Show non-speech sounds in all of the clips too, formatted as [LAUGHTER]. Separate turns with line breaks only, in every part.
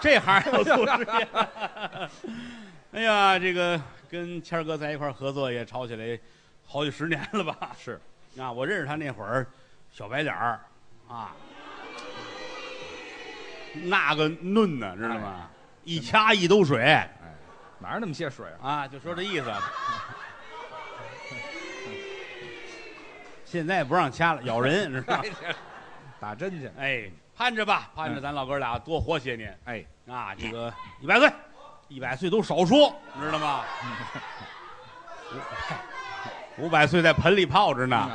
这行有素质呀。 [LAUGHS] 哎呀，这个跟谦儿哥在一块儿合作也吵起来好几十年了吧？
是，
啊，我认识他那会儿，小白脸儿，啊，那个嫩呢，知道吗？一掐一兜水
哪儿那么些水啊？
啊，就说这意思。 [LAUGHS] 现在不让掐了，咬人，知道吗？
打针去。
哎，盼着吧，盼着咱老哥俩多活些年。
哎，
啊，这个一百岁，一百岁都少说，知道吗？五百岁在盆里泡着呢，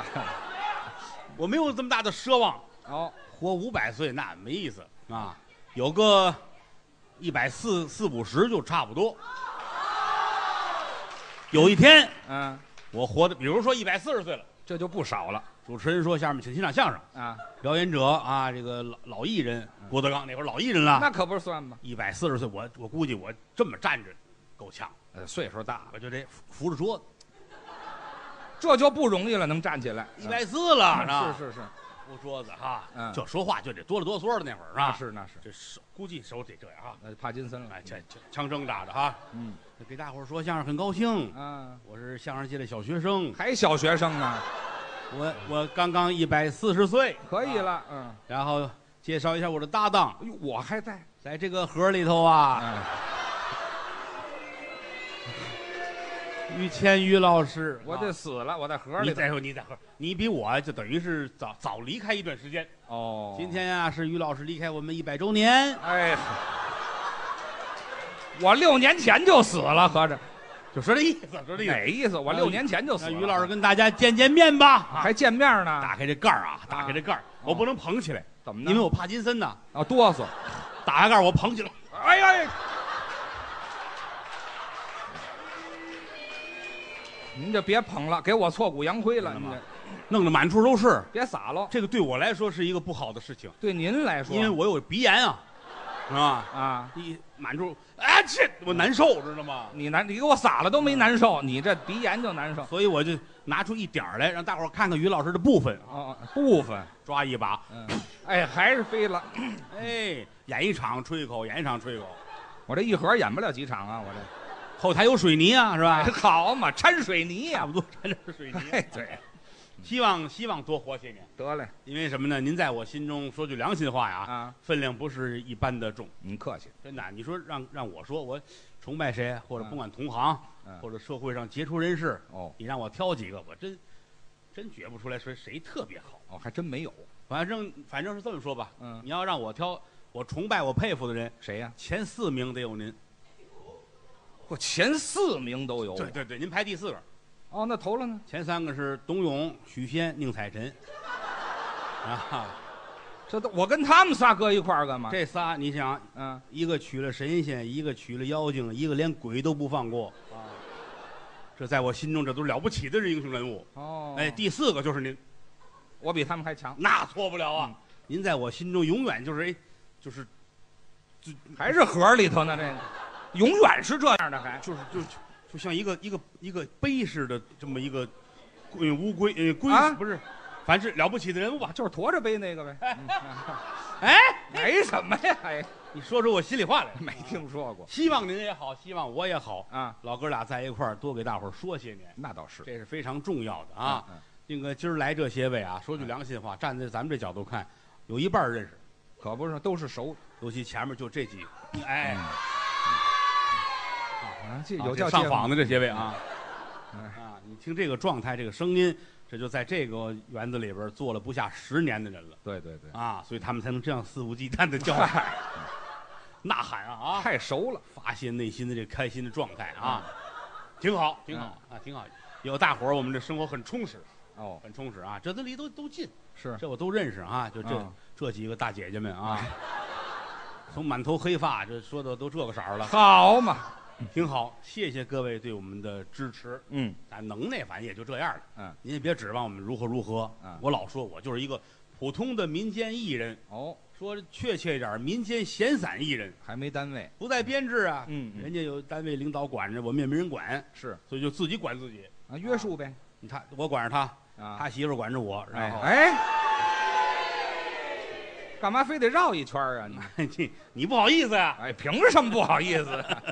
我没有这么大的奢望，
哎哦，
活五百岁那没意思啊，有个一百四四五十就差不多。有一天
嗯，
我活的，比如说一百四十岁了，
这就不少了
主持人说下面请欣赏相声，
啊。
表演者啊，这个老老艺人郭德纲那会儿老艺人了，
那可不是算吗？
一百四十岁，我我估计我这么站着够呛，
呃，岁数大了，
我就得扶着桌子，
这就不容易了，能站起来。
一百四了，
啊
吧？
是是是，
扶桌子哈，
嗯
这说话就得哆里哆嗦的那会儿
那
啊，
是那是，
这手估计手得这样啊，
那就帕金森了。
哎，这这枪声打着哈，
嗯
给大伙儿说相声很高兴，
啊，
我是相声界的小学生，
还小学生呢，
我我刚刚一百四十岁，
可以了。嗯，
然后介绍一下我的搭档，
哎呦，我还在。
在这个盒里头啊，
哎，
于谦于老师，
我
啊
得死了，我在盒
你
里头。
再说你在盒，你比我就等于是早早离开一段时间。
哦，
今天呀、是于老师离开我们一百周年，
哎，我六年前就死了，合着
就说这意思，说这意思。
哪意思？我六年前就死
那
了。
于老师跟大家见见面吧。啊
还见面呢？
打开这盖儿啊，打开这盖儿，我不能捧起来，
怎么呢？
因为我帕金森呐。
啊哆嗦。
打开盖儿我捧起来，
哎呀，哎您就别捧了，给我挫骨扬灰了，
真
您
的吗
这
弄得满处都是。
别撒喽。
这个对我来说是一个不好的事情，
对您来说，
因为我有鼻炎啊，啊，
啊，
一满处啊切，我难受，知道吗？
你难，你给我撒了都没难受，你这鼻炎就难受。
所以我就拿出一点儿来，让大伙儿看看于老师的部分，
哦，部分，
抓一把，
嗯，哎，还是飞了。
哎，演一场吹一口，演一场吹一口。
我这一盒演不了几场啊，我 [LAUGHS] 这
后台有水泥啊，是吧？
好嘛，掺水泥
[LAUGHS] 差
呀。
不多沾点水泥。
哎，对，
希望希望多活些年，
得嘞
因为什么呢？您在我心中说句良心话呀，
啊，
分量不是一般的重，
您客气。
真的。你说让让我说，我崇拜谁，或者
嗯
甭管同行，
嗯
或者社会上杰出人士，
哦
你让我挑几个，我真真觉不出来谁谁特别好。
哦，还真没有。
反正反正是这么说吧，
嗯，
你要让我挑，我崇拜我佩服的人，
谁呀？
前四名得有您。
我前四名都有。
对对对，您排第四个，
哦，那头了呢？
前三个是董永、许仙、宁采
[LAUGHS]
臣。啊，
这都我跟他们仨搁一块儿干嘛？
这仨你想，
嗯，
一个娶了神仙，一个娶了妖精，一个连鬼都不放过。
啊
这在我心中，这都是了不起的人英雄人物。
哦，
哎，第四个就是您，
我比他们还强，
那错不了啊！
嗯
您在我心中永远就是哎，就是
还是盒里头呢？这个永远是这样的，还
就是就就就像一个一个一个碑似的这么一个，呃乌龟呃龟、
啊
不是，凡是了不起的人物吧？
就是驮着背那个呗。
哎，
没什么呀，哎，
你说出我心里话来。
没听说过
希望您也好，希望我也好，
啊。
老哥俩在一块儿多给大伙儿说些年，
那倒是
这是非常重要的啊。，
嗯嗯
那个今儿来这些位
嗯
啊，说句良心话，站在咱们这角度看，有一半儿认识，
可不是，都是熟
尤其前面就这几，
嗯
哎，啊
啊，这有叫
上
街坊
访的这些位啊，
嗯
啊，你听这个状态，这个声音，这就在这个园子里边做了不下十年的人了
对对对，
啊，所以他们才能这样肆无忌惮的
[LAUGHS]
叫喊、
嗨
呐喊啊啊，
太熟了，
发泄内心的这开心的状态啊，
嗯
挺好，挺好啊，挺好。有大伙儿，我们这生活很充实，
哦，
很充实啊，这都离都都近，
是
这我都认识啊，就这、
嗯
这几个大姐姐们
[LAUGHS]
啊，从满头黑发这说的都这个色儿了，
好嘛，
挺好，谢谢各位对我们的支持，
嗯，
咱能耐反正也就这样了，
嗯，
您也别指望我们如何如何，
嗯
我老说我就是一个普通的民间艺人，
哦，
说确切一点，民间闲散艺人，
还没单位，
不带编制啊，
嗯嗯
人家有单位领导管着，我们也没人管，
是
所以就自己管自己，
啊，约束呗，
他我管着他，
啊，
他媳妇儿管着我，
哎
然后
哎，干嘛非得绕一圈啊？你
[LAUGHS] 你你不好意思呀、
哎，凭什么不好意思啊？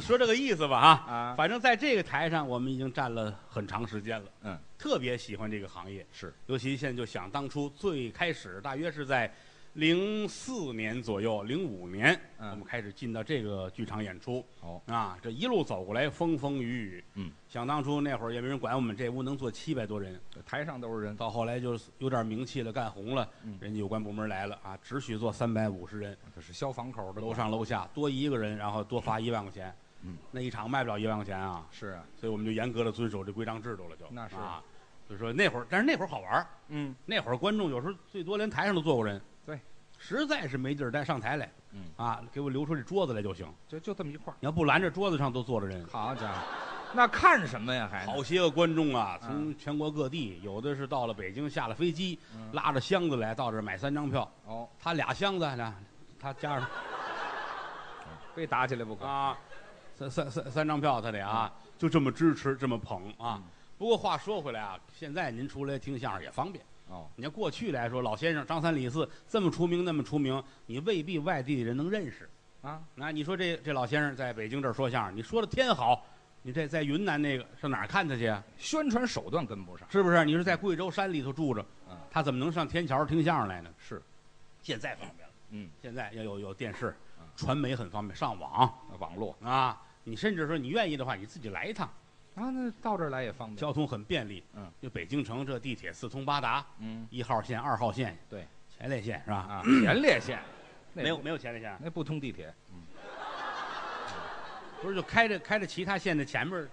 说这个意思吧 [LAUGHS] 啊。
啊
反正在这个台上，我们已经站了很长时间了，
嗯，
特别喜欢这个行业，
是
尤其现在就想当初最开始，大约是在零四年左右，零五年，
嗯
我们开始进到这个剧场演出，
哦
啊，这一路走过来风风雨雨，
嗯，
想当初那会儿也没人管我们，这屋能坐七百多人，
台上都是人，
到后来就是有点名气了，干红了，
嗯
人家有关部门来了啊，只许坐三百五十人，
这是消防口的
楼上楼下多一个人，然后多罚一万块钱，
嗯，
那一场卖不了一万块钱啊，
是啊，
所以我们就严格的遵守这规章制度了就，
那是
啊，就说那会儿，但是那会儿好玩儿
嗯，
那会儿观众有时候最多连台上都坐过人，
对，
实在是没地儿再上台来，
嗯
啊，给我留出这桌子来就行，
就就这么一块儿。
你要不拦着桌子上都坐着人。
好家伙，那看什么呀？还
好些个观众啊，
哎嗯
从全国各地，有的是到了北京下了飞机，
嗯
拉着箱子来到这儿买三张票，
哦，
他俩箱子俩，他加上
非打起来不可。
啊，三三三三张票他得啊，就这么支持，这么捧啊
嗯。
不过话说回来啊，现在您出来听相声也方便。
哦，
你要过去来说，老先生张三李四这么出名，那么出名，你未必外地人能认识。
啊，
那你说这这老先生在北京这儿说相声，你说的天好，你这在云南那个上哪儿看他去啊？
宣传手段跟不上。
是不是？你是在贵州山里头住着
嗯，
他怎么能上天桥听相声来呢？
是，
现在方便了，
嗯，
现在要有有电视
嗯，
传媒很方便，上网
网络
啊，你甚至说你愿意的话，你自己来一趟，
啊，那到这儿来也方便。
交通很便利。
嗯，
就北京城这地铁四通八达， [CLEARS THROAT]
嗯
一号线、二号线，
对，
前列腺是吧？
啊，前列腺，那
没有没有前列腺，啊
那不通地铁， [LAUGHS]
不是就开着开着其他线的前面儿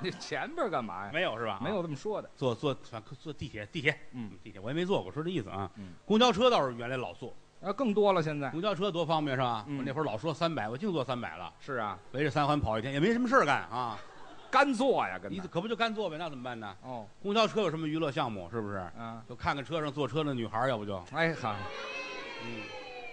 那前边儿干嘛呀？
没有是吧？
没有这么说的。
坐坐反坐地铁地铁，
嗯，
地铁我也没坐过，说这意思啊。
嗯
公交车倒是原来老坐，
啊，更多了现在。
公交车多方便是吧？
嗯
我那会儿老说三百，我净坐三百了，
是啊，
围着三环跑一天也没什么事儿干啊。
干坐呀，跟
你
他
可不就干坐呗？那怎么办呢？
哦，
公交车有什么娱乐项目？是不是？
啊，
就看看车上坐车的女孩儿，要不就
哎好
嗯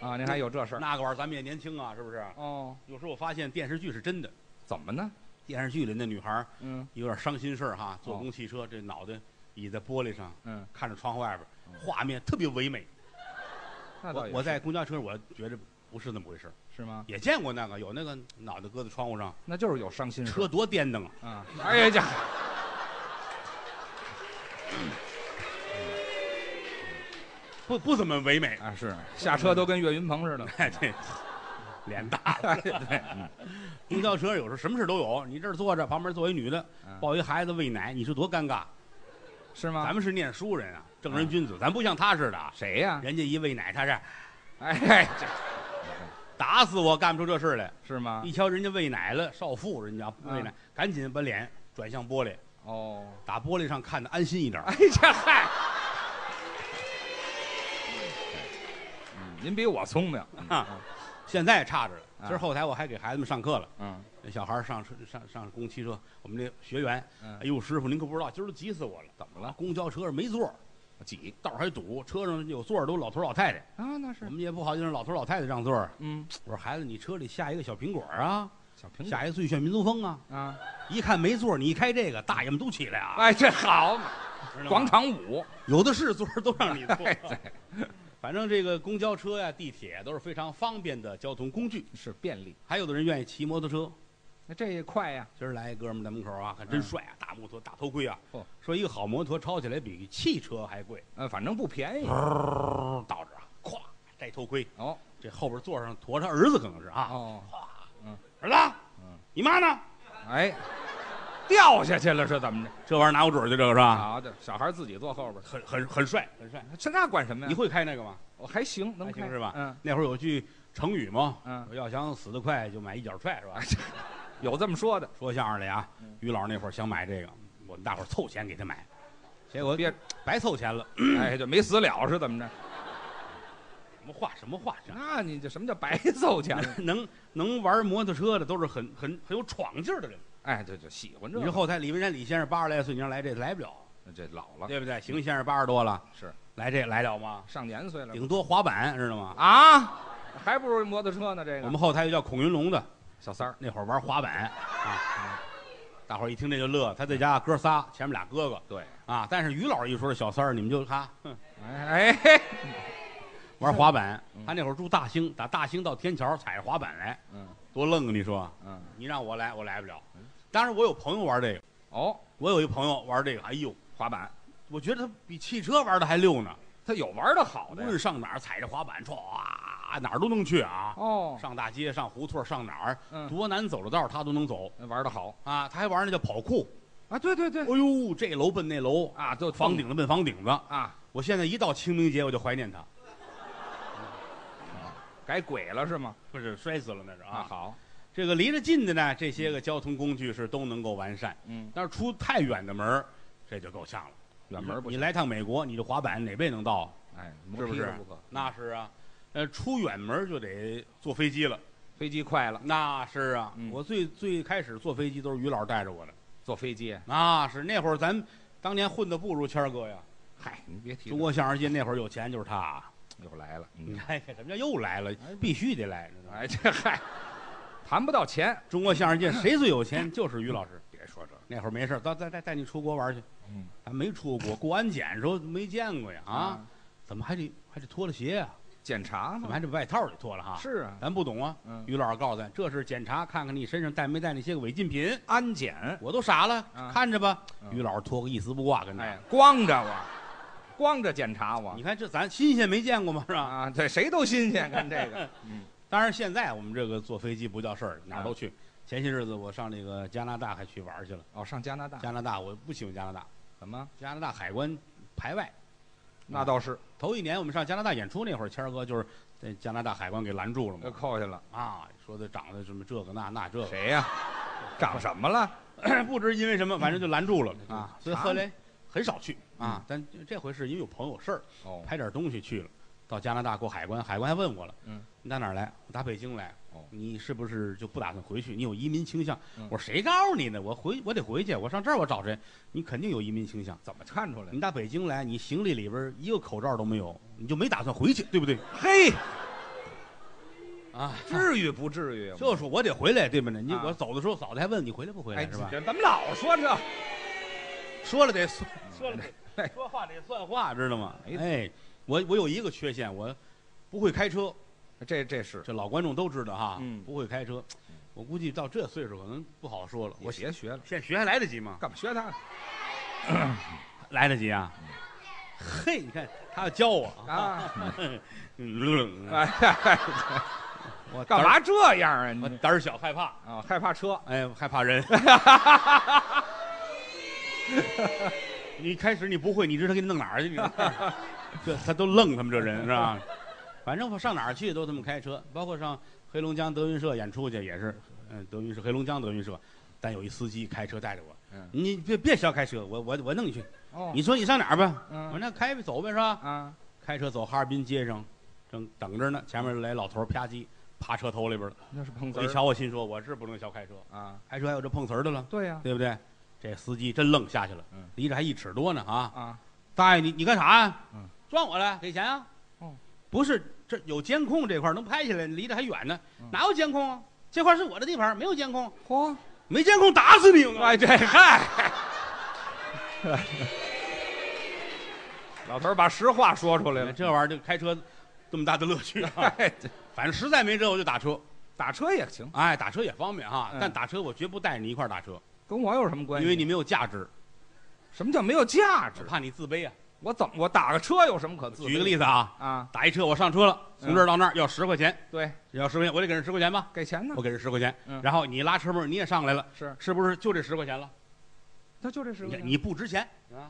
啊，您还有这事儿？
那个玩意儿，咱们也年轻啊，是不是？
哦，
有时候我发现电视剧是真的，
怎么呢？
电视剧里那女孩儿
嗯
有点伤心事儿哈，坐公汽车，这脑袋倚在玻璃上，
哦嗯，
看着窗户外边
嗯
儿，画面特别唯美。
那倒
我
也
我
是
在公交车，我觉着不是那么回事儿，
是吗？
也见过那个有那个脑袋搁在窗户上，
那就是有伤心事
车多颠腾啊！
啊！哎呀呀，
不不怎么唯
[LAUGHS]
美，
啊是下车都跟岳云鹏似的。
哎，这脸大
[LAUGHS]
了。
嗯
公交车有时候什么事都有，你这儿坐着，旁边坐一女的
嗯，啊
抱一孩子喂奶，你说多尴尬？
是吗？
咱们是念书人啊，正
嗯
人君子，咱不像他似的啊，
谁呀、
人家一喂奶，他是
哎，这
打死我干不出这事来。
是吗？
啊一瞧人家喂奶了，少妇人家喂
嗯
奶，赶紧把脸转向玻璃，
哦，
打玻璃上看的安心一点儿。
哎这嗨，嗯您比我聪明。嗯
现在差着了，
啊
今儿后台我还给孩子们上课了，
嗯
那小孩儿上车上上公汽车，我们这学员，
嗯
哎，呦师傅您可不知道，今儿都急死我了，
怎么了？
公交车上没座儿，
挤
道儿还堵，车上有座儿都是老头儿老太太，
啊？那
我们也不好意思让老头儿老太太让座儿。
嗯，
我说孩子，你车里下一个小苹果啊，
小苹
下一个最炫民族风啊，
果啊！
一看没座儿，你一开这个，大爷们都起来啊，
哎，这好嘛，
知道吗
[LAUGHS] 广场舞。
有的是座儿都让你坐。
哎， [LAUGHS] 对，
反正这个公交车呀、地铁都是非常方便的交通工具。
是便利。
还有的人愿意骑摩托车。
那这也快呀。
今儿来一哥们儿在门口啊，看真
嗯哦
帅啊，大摩托、大头盔啊
嚯。
说一个好摩托抄起来比汽车还贵。
呃，反正不便宜。
到这儿啊，咵摘头盔，
哦
这后边座上驮着儿子，可能是啊，
哦，
儿子啊
嗯，
你妈呢？
哎，掉下去了是怎么着？
这玩意儿拿不准儿去，这个是吧？
好的，小孩自己坐后边儿，
很很很帅，很帅。
这那管什么呀？
你会开那个吗？
我哦还行，能
还行
开
是吧
嗯，
那会儿有句成语吗？
嗯，
要想死得快，就买一脚踹，是
[LAUGHS]
吧？
有这么说的。
说相声的啊
嗯，
于老师那会儿想买这个，我们大伙儿凑钱给他买，结果 [CLEARS THROAT]
别
白凑钱了。
哎，就没死了是怎么着？
什么话什么话，这
那你这什么叫
[LAUGHS]
白凑钱？
能能玩摩托车的都是很很很有闯劲儿的人。
哎，对对，喜欢这
你说
个，
后台李文山李先生八十来岁，你让来这来不了，
这老了，
对不对？邢先生八十多了，
是
来这嗯来了吗？
上年岁了
顶多滑板，知道吗？
啊，还不如摩托车呢。这
我
个
们后台有叫孔云龙的，
小三儿，
那会儿玩滑板啊，大伙儿一听这就乐。他在家哥仨，前面俩哥哥
对，哎
啊，但是于老师一说是小三儿，你们就哈，哼
哎哎，
玩滑板
嗯。
他那会儿住大兴，打大兴到天桥踩着滑板来，
嗯
多愣啊！你说，
嗯，
你让我来，我来不了。当然，我有朋友玩这个，
哦，
我有一朋友玩这个，哎呦，
滑板，
我觉得他比汽车玩的还溜呢。
他有玩的好
无
的呀
论上哪儿踩着滑板，歘，哪儿都能去啊。
哦，
上大街、上胡同、上哪儿，
嗯，
多难走的道儿他都能走
玩的好
啊！他还玩那叫跑酷，
啊，对对对
哎，呦，这楼奔那楼，
啊，就
房
缝
顶子奔房顶子。
啊，
我现在一到清明节我就怀念他，
改轨了是吗？
不是摔死了那是
啊，
啊。
好，
这个离得近的呢，这些个交通工具是都能够完善，
嗯，
但是出太远的门儿这就够呛了。
远门不
你
行，
来趟美国，你这滑板哪位能到？
哎，
是不是
磨皮都可？嗯
那是啊，呃，出远门儿就得坐飞机了。
飞机快了，
那是啊，
嗯
我最最开始坐飞机都是于老师带着我的。
坐飞机，
那是那会儿咱当年混的不如谦儿哥呀。
嗨，你别提了，
中国相声界那会儿有钱就是他。啊
又来了，
你
嗯，
看看什么叫又来了？必须得来。
哎，这嗨，谈不到钱，
中国相声界谁最有钱？就是于老师。
别说这
那会儿没事儿，到带带带你出国玩去。
嗯，
咱没出过国，过安检的时候没见过呀啊！，怎么还得还得脱了鞋啊呀？
检查
怎么
嘛，
还得把外套给脱了哈？
是啊，
咱不懂啊。
嗯，
于老师告诉咱，这是检查，看看你身上带没带那些个违禁品。
安检，
我都傻了，
嗯
看着吧。
嗯
于老师脱个一丝不挂，跟那
哎
儿。，
光着我，光着检查我
你看这咱新鲜没见过吗？是吧？
啊，对，谁都新鲜，看这个，嗯，
当然，现在我们这个坐飞机不叫事儿，哪儿都去。前些日子我上那个加拿大还去玩儿去了。
哦，上加拿大
加拿大我不喜欢加拿大，
怎么？
加拿大海关排外。嗯
那倒是，
头一年我们上加拿大演出那会儿，谦儿哥就是在加拿大海关给拦住了
呃
嘛。
扣下了。
啊，说他长得什么这个那那这个，
谁呀、长什么了？
[CLEARS THROAT] 不知因为什么，反正就拦住了
嗯
啊。
对
所以后来很少去啊，但这回是因为有朋友事儿，
哦，
拍点东西去了。到加拿大过海关，海关还问我了，
嗯，
你打哪儿来？我打北京来。
哦
你是不是就不打算回去？你有移民倾向？
嗯
我说谁告诉你的？我回我得回去，我上这儿我找谁？你肯定有移民倾向。
怎么看出来的？
你打北京来，你行李里边一个口罩都没有，你就没打算回去，对不对？
[LAUGHS] 嘿，
啊，
至于不至于？
就说我得回来，对不对？你
啊
我走的时候，嫂子还问你回来不回
哎，
来，是
这
吧？
怎么老说这？
说了得算，说了
哎
[LAUGHS] 得说话得算话，知道吗？
哎
哎，我我有一个缺陷，我不会开车，
这这是
这老观众都知道哈
嗯，
不会开车。我估计到这岁数可能不好说了。
我
我
别学了，
现在学还来得及吗？
干嘛学他？
来得及啊！嘿，你看他要教 [LAUGHS] 我啊！
啊？
嗯
哎，哎
[LAUGHS] 我
干
胆儿？
嘛这样啊？
我
你
胆儿小，害怕。
啊，害怕车？
哎，害怕人。 [LAUGHS] 你开始你不会，你知道他给你弄哪儿去？你 [LAUGHS] 这他都愣，他们这人是吧？反正我上哪儿去都他们开车，包括上黑龙江德云社演出去也是，嗯，德云社黑龙江德云社，但有一司机开车带着我，
嗯
你别别学开车，我我我弄你去。
哦，
你说你上哪儿吧？我说
嗯
那开呗，走呗是吧？
啊，
开车走哈尔滨街上，正等着呢，前面来老头儿啪叽爬车头里边了，
那是碰瓷
我一
儿
瞧我心说我是不能学开车，
啊？
开车还有这碰瓷儿的了。
对呀，
对不对？这司机真愣下去了，
嗯
离着还一尺多呢啊！
啊，
大爷，你你干啥呀、
嗯
撞我了，给钱啊？
哦，
不是，这有监控这块儿能拍下来，离着还远呢，
嗯
哪有监控啊？这块儿是我的地盘，没有监控，
嚯！
没监控打死你！
哎，这嗨，老头儿把实话说出来了。
哎这玩意儿就开车这么大的乐趣、啊，
[LAUGHS] 哎，这
反正实在没辙我就打车，
打车也行，
哎，打车也方便哈、
嗯
但打车我绝不带着你一块儿打车，
跟我有什么关系？
因为你没有价值，
什么叫没有价
只
值？
怕你自卑啊。
我怎么我打个车有什么可自卑？
举个
子
例子啊，
啊，
打一车我上车了，从这儿到那儿要十块钱，
对，
要十块钱，我得给人十块钱吧。
给钱呢
我，给人十块钱，
嗯
然后你拉车门儿你也上来了，
是，
是不是就这十块钱了？
他就这十
你
块
看
钱。
你不值钱啊！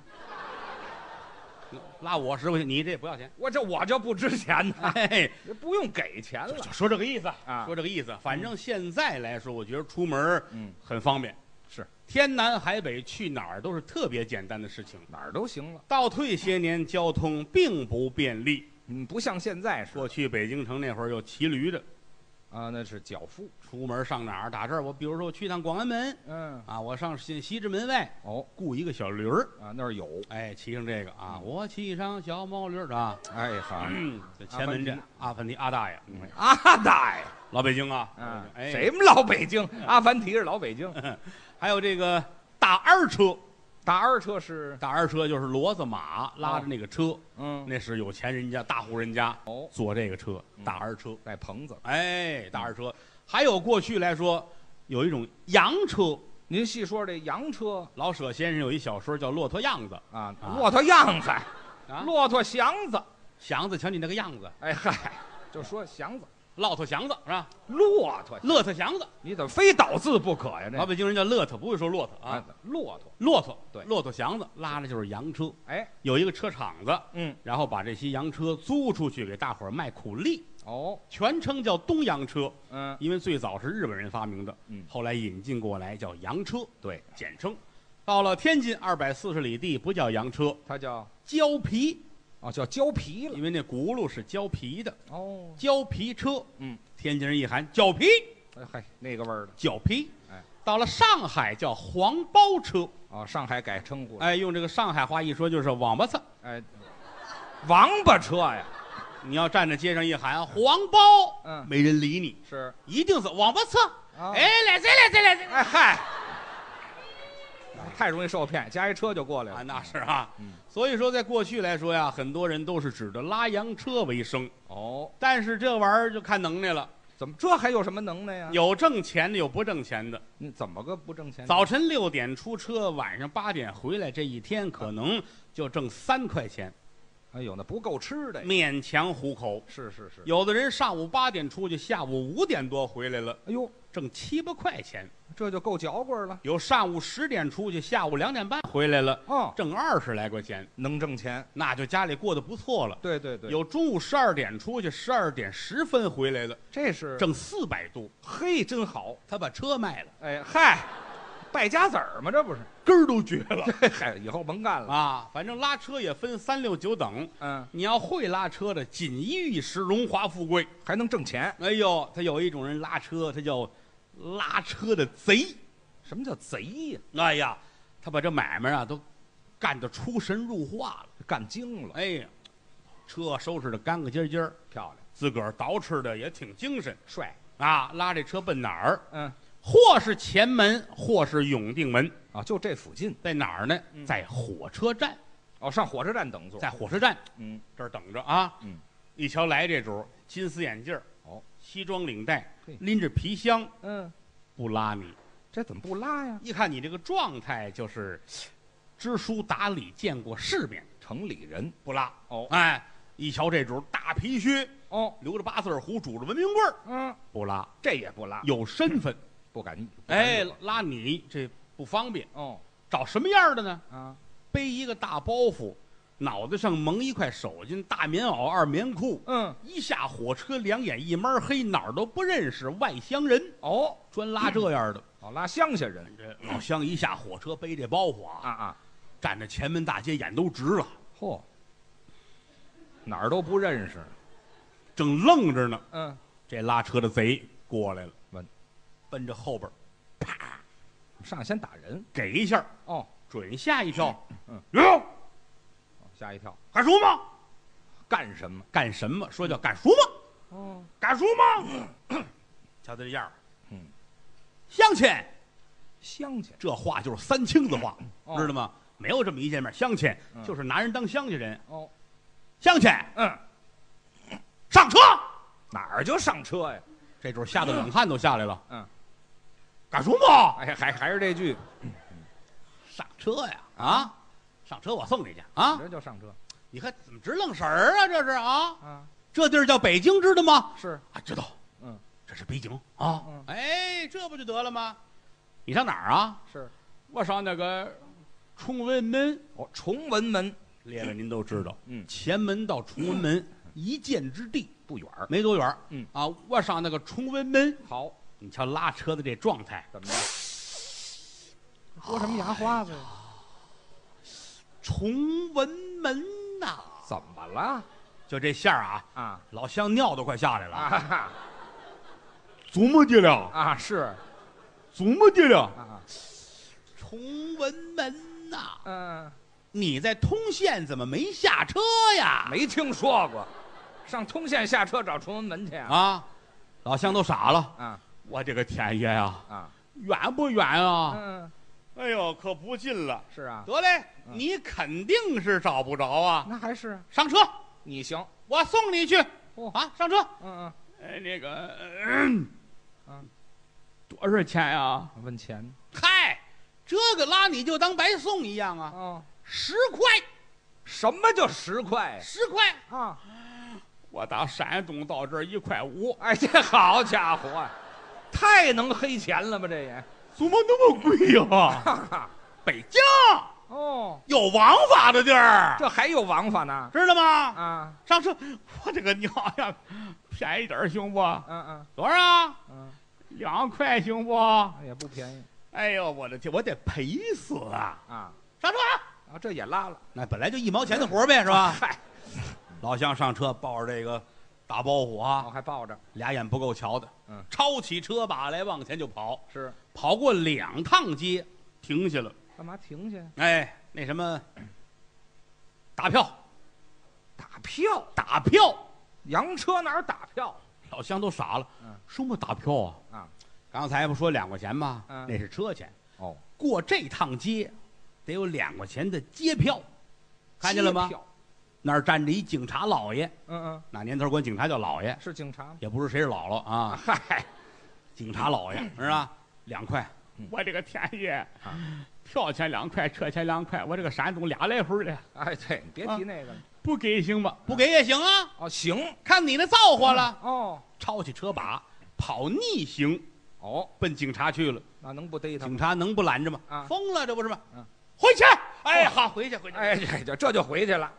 [LAUGHS] 拉我十块钱，你这不要钱，
我这我就不值钱
[LAUGHS]
呢，
哎，
不用给钱
就
了
就说这个意思，
啊
说。这个意思。反正现在来说，我觉得出门儿
嗯，
很方便，
是
天南海北去哪儿都是特别简单的事情。
哪儿都行了，
倒退些年，交通并不便利。
嗯，不像现在说
过去北京城那会儿有骑驴的，
啊，那是脚夫。
出门上哪儿打这儿，我比如说我去趟广安门
嗯，
啊，我上西西直门外
哦
雇一个小驴儿，
啊，那儿有，
哎，骑上这个啊，
嗯
我骑上小毛驴儿啊，
哎好，
这前门镇阿凡提阿大爷，
嗯阿大爷，
老北京啊，
啊，
哎，
谁们老北京？阿凡提是老北京，
还有这个大二车，
打二车是
大儿车就是骡子马拉着那个车，
嗯
那是有钱人家大户人家
哦，
坐这个车，
嗯
大儿车。
带棚子。
哎，大儿车。还有过去来说，有一种洋车。
您细说这洋车
老舍先生有一小说叫《骆驼样子
啊，
啊
骆驼样子，》
啊，
骆驼祥子，
祥子，瞧你那个样子，
哎嗨，就说祥子，
骆驼祥子是吧？
骆驼，
骆驼祥子，
你怎么非倒字不可呀？
老
这
北京人叫骆驼，不会说骆驼啊
啊，，骆驼，
骆驼，
对
骆驼祥子拉的就是洋车。
哎，
有一个车厂子，
嗯，
然后把这些洋车租出去给大伙儿卖苦力，
哦，
全称叫东洋车，
嗯，
因为最早是日本人发明的，
嗯
后来引进过来叫洋车，
对，
简称。到了天津二百四十里地不叫洋车，
它叫
胶皮，
哦叫胶皮了，
因为那轱辘是胶皮的，
哦，
胶皮车。
嗯，
天津人一喊胶皮，
哎嗨，那个味儿的
胶皮。
哎，
到了上海叫黄包车，
哦，上海改称呼了，
哎，用这个上海话一说就是王八菜。
哎，王八车呀，
你要站在街上一喊黄包，
嗯
没人理你，
是，
一定是王八菜。
啊
哎，来这来这来这。
哎嗨，太容易受骗，加一车就过来
啊，
了。
那是啊
嗯，
所以说，在过去来说呀，很多人都是指着拉洋车为生，
哦，
但是这玩意儿就看能耐了，
怎么这还有什么能耐呀？
有挣钱的，有不挣钱的。
你怎么个不挣钱？
早晨六点出车，晚上八点回来，这一天可能就挣三块钱，
哎呦，那不够吃的呀。
勉强糊口。
是是是。
有的人上午八点出去，下午五点多回来了，
哎呦，
挣七八块钱；
这就够嚼棍儿了。
有上午十点出去，下午两点半回来了，
哦，
挣二十来块钱，
能挣钱。
那就家里过得不错了。
对对对，
有中午十二点出去，十二点十分回来的，
这是
挣四百度。
嘿，真好。
他把车卖了，
哎嗨，败家子儿嘛，这不是？ [LAUGHS]
根儿都绝了
嗨，以后甭干
[LAUGHS]
了。
啊！反正拉车也分三六九等，
嗯，
你要会拉车的，锦衣玉食，荣华富贵。
还能挣钱。
哎呦，他有一种人拉车，他叫拉车的贼。
什么叫贼呀？
哎呀，他把这买卖啊都干得出神入化了。
干精了，
哎呀，车收拾的干干净净儿，
漂亮，
自个儿捯饬的也挺精神
帅。
啊。拉这车奔哪儿？
嗯，
或是前门，或是永定门，
啊，就这附近。
在哪儿呢？
嗯
在火车站，
哦，上火车站等座。
在火车站
嗯，
这儿等着啊。
嗯，
一瞧来这主儿，金丝眼镜儿
哦，
西装领带
嘿，
拎着皮箱，
嗯，
不拉你。
这怎么不拉呀？
一看你这个状态，就是知书达理，见过世面，
城里人。
不拉。
哦
哎，一瞧这主儿，大皮靴，
哦，
留着八字胡，拄着文明棍儿，
嗯，
不拉，
这也不拉，
有身份。
不敢。不敢
哎
惹，
拉你这不方便。
哦
找什么样儿的呢？
啊，
背一个大包袱，脑袋上蒙一块手巾，大棉袄，二棉裤。
嗯，
一下火车，两眼一抹黑，哪儿都不认识，外乡人，
哦，
专拉这样的。
哦，拉乡下人
这老乡一下火车，背这包袱
啊
啊，
啊，
站在前门大街，眼都直了，
嚯，哪儿都不认识。
正愣着呢。
嗯，
这拉车的贼过来了
问，
奔着后边儿
上先打人。
给一下，
哦，
准吓一跳。
嗯
哟，
哦吓一跳，
敢说吗？
干什么？
干什么？说叫敢说吗？
哦，
敢说吗？瞧他这样儿，
嗯，
乡亲，
乡亲。
这话就是三清子话，
哦
知道吗？没有这么一见面，乡亲
嗯
就是拿人当乡下人，
哦，
乡亲。
嗯，
上车！
哪儿就上车呀？
这主吓得冷汗都下来了。
嗯，
敢说吗？
哎，还还是这句，
啊上车呀！啊，上车我送你去啊！
这就上车
你看怎么直愣神儿啊？这是啊，
啊。
这地儿叫北京，知道吗？
是，
啊，知道。
嗯，
这是北京啊
嗯。
哎，这不就得了吗？你上哪儿啊？
是。
我上那个崇文门。
哦，崇文门
列了您都知道，
嗯
前门到崇文门一箭之地，
不远儿。
嗯没多远儿。
嗯
啊，我上那个崇文门，
好，
你瞧拉车的这状态，
怎么着？说什么牙花子呀？
崇文门呐、
哎怎么了？
就这馅儿啊，
啊
老乡尿都快下来了，
啊哈
琢磨的了，
啊！是
琢磨的了。
啊，
崇文门呐、
嗯，
你在通县怎么没下车呀？
没听说过，上通县下车找崇文门去啊？
啊，老乡都傻了。
啊
我这个天爷呀、
啊，
远不远啊？
嗯，
哎呦，可不近了。
是啊，
得嘞，
嗯
你肯定是找不着啊！
那还是
上车，
你行。
我送你去。
哦
啊，上车。
嗯
哎，那个，
嗯，
多少钱呀、
嗯，问钱
嗨，这个拉你就当白送一样啊，
啊？
十块，
什么叫十块呀
十块。
啊？
我打山东到这儿一块五，
[LAUGHS] 哎，这好家伙啊，太能黑钱了吧？这也
怎么那么贵呀、 [LAUGHS] 北京
哦，
有王法的地儿，
这还有王法呢
知道吗？
啊？
上车，我这个娘呀，便宜点儿行不？
嗯嗯
多少啊？
嗯，
两块行不？
也不便宜
哎呦，我的天，我得赔死啊！
啊
上车，
啊，这也拉了
那本来就一毛钱的活儿呗，是吧？
嗨，
老乡上车，抱着这个大包袱
我
啊，
哦还抱着
俩眼不够瞧的，
嗯，
抄起车把来往前就跑，
是
跑过两趟街，停下了。
干嘛停下？
哎，那什么，打票，
打票，
打票，
洋车哪儿打票？
老乡都傻了
嗯，
什么打票啊？
啊，
刚才不说两块钱吗？
嗯
那是车钱。
哦，
过这趟街，得有两块钱的街票，看见了吗
机？票
那儿站着一警察老爷，
嗯
那年头管警察叫老爷
嗯，，是警察吗？
也不是谁是姥姥啊，
嗨，
警察老爷是吧？两块啊
嗯，
我这个天爷，票钱两块，车钱两块，我这个山东俩来回的，
哎，对，你别
嗯
提那个了。
不给行吧？嗯不给也行啊，
哦，行，
看你那造化了。
哦
抄起车把，跑逆行
哦，
奔警察去了，
那能不逮他
警
吗？
察能不拦着吗？
啊
疯了，这不是吗
嗯？
回去！哎，
哦
好，回去，回去。
哎，这这这就回去了。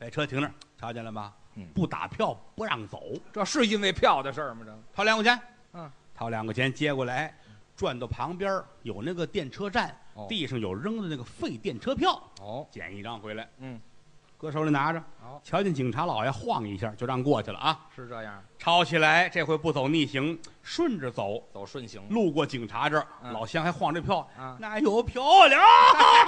哎，车停那儿，瞧见了吧
嗯？
不打票不让走，
这是因为票的事儿吗？这
掏两块钱，
嗯，
掏两块钱接过来，转到旁边儿有那个电车站，
哦
地上有扔的那个废电车票，
哦，
捡一张回来，
嗯，
搁手里拿着，
好
瞧见警察老爷晃一下就让过去了啊，
是这样，
抄起来，这回不走逆行，顺着走，
走顺行
路过警察这儿，
嗯
老乡还晃这票，
啊。
那有漂亮，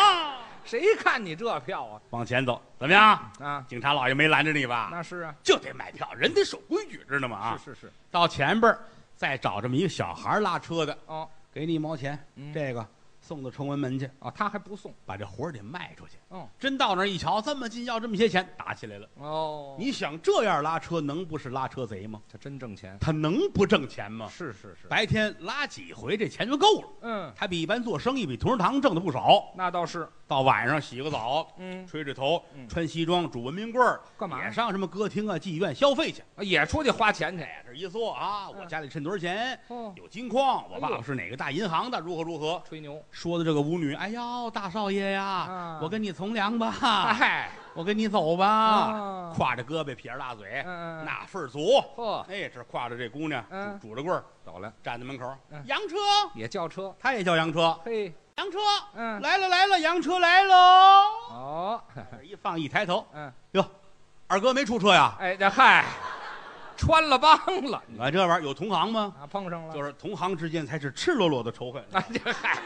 [LAUGHS] 谁看你这票啊？
往前走，怎么样？
啊，
警察老爷没拦着你吧？
那是啊，
就得买票，人得守规矩，知道吗？啊，
是是是，
到前边儿再找这么一个小孩儿拉车的，
哦
给你一毛钱，
嗯
这个送到崇文门去，
哦，他还不送
把这活儿得卖出去。
哦
真到那儿一瞧，这么近要这么些钱，打起来了。
哦，
你想这样拉车，能不是拉车贼吗？
他真挣钱，
他能不挣钱吗？
是是是，
白天拉几回这钱就够了，
嗯，
他比一般做生意比同仁堂挣的不少。
那倒是，
到晚上洗个澡，
嗯，
吹吹头，
嗯
穿西装，拄文明棍儿，
干嘛
也上什么歌厅啊、妓院消费去。
也出去花钱去？
哎，这一坐啊，我
嗯
家里趁多少钱？
哦，
有金矿，我
哎呦
爸爸是哪个大银行的？如何如何？
吹牛，
说的这个舞女，哎呦，大少爷呀，
啊
我跟你从良吧，
嗨，
[LAUGHS] 我跟你走吧。
啊，
挎着胳膊，撇着大嘴，
嗯，
那份儿足。
嚯，
哎，这挎着这姑娘，
嗯
拄拄着棍儿
走了，
站在门口
嗯，
洋车，
也叫车，
他也叫洋车，
嘿，
洋车
嗯，
来了来了，洋车来喽。
哦，
这一放一抬头，
[LAUGHS] 嗯，
哟，二哥没出车呀？
哎，这嗨，穿了帮了
你看这玩意儿有同行吗？
啊，碰上了，
就是同行之间才是赤裸裸的仇恨， [LAUGHS]
哎， [LAUGHS] 这嗨，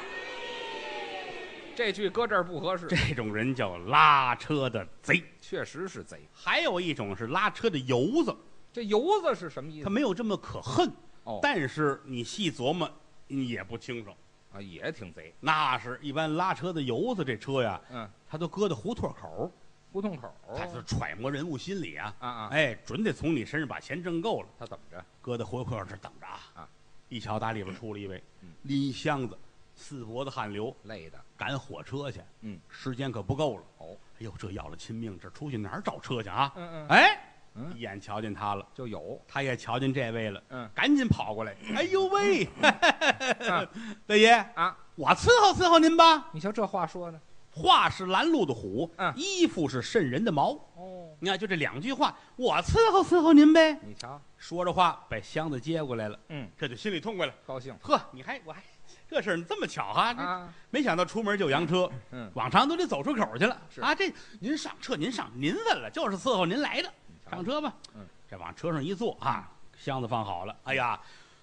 这句搁这儿不合适，
这种人叫拉车的贼。
确实是贼。
还有一种是拉车的油子，
这油子是什么意
他
思？
没有这么可恨，
哦
但是你细琢磨，你也不清楚。
啊，也挺贼，
那是一般拉车的油子，这车呀，
嗯，
他都搁到胡同口，
胡同口，
他就揣摩人物心理啊，
啊啊，
哎，准得从你身上把钱挣够了，
他怎么着？
搁到胡同口这等着啊
啊。
一瞧打里边出了一位
嗯，
拎一箱子，四脖子汗流，
累的，
赶火车去，
嗯，
时间可不够了。
哦，
哎呦，这要了亲命，这出去哪儿找车去啊？
嗯嗯，
哎，
嗯
一眼瞧见他了，
就有，
他也瞧见这位了，
嗯
赶紧跑过来，哎呦喂，
啊
[LAUGHS] 大爷，
啊，
我伺候伺候您吧。
你瞧这话说的，
话是拦路的虎，
嗯
衣服是瘆人的毛。
哦，
你看，就这两句话，我伺候伺候您呗。
你瞧，
说着话，把箱子接过来了，
嗯，
这就心里痛快了。
高兴
呵，你还我还这事儿这么巧哈、这
啊，
没想到出门就有洋车，
嗯，
往常都得走出口去了。
是
啊，这您上车，您上，您问了，就是伺候您来的，
你瞧
上车吧。
嗯，
这往车上一坐啊，箱子放好了。哎呀，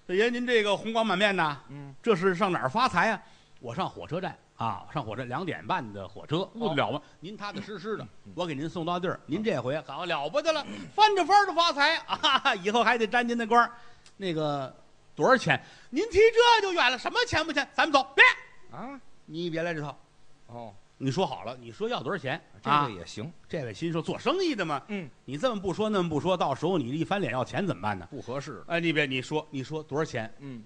大爷，您这个红光满面呐，
嗯，
这是上哪儿发财啊？我上火车站啊，上火车两点半的火车，
哦
误得了吗？您踏踏实实
嗯
的，我给您送到地儿。您这回好了不得了，翻着番儿的发财啊！以后还得沾您的光儿。那个多少钱？您提这就远了，什么钱不钱？咱们走，别
啊，
你别来这套，
哦，
你说好了，你说要多少钱？
这
啊
个也行，
这位心说做生意的嘛，
嗯，
你这么不说那么不说，到时候你一翻脸要钱怎么办呢？
不合适，
哎，你别你说你说多少钱？
嗯，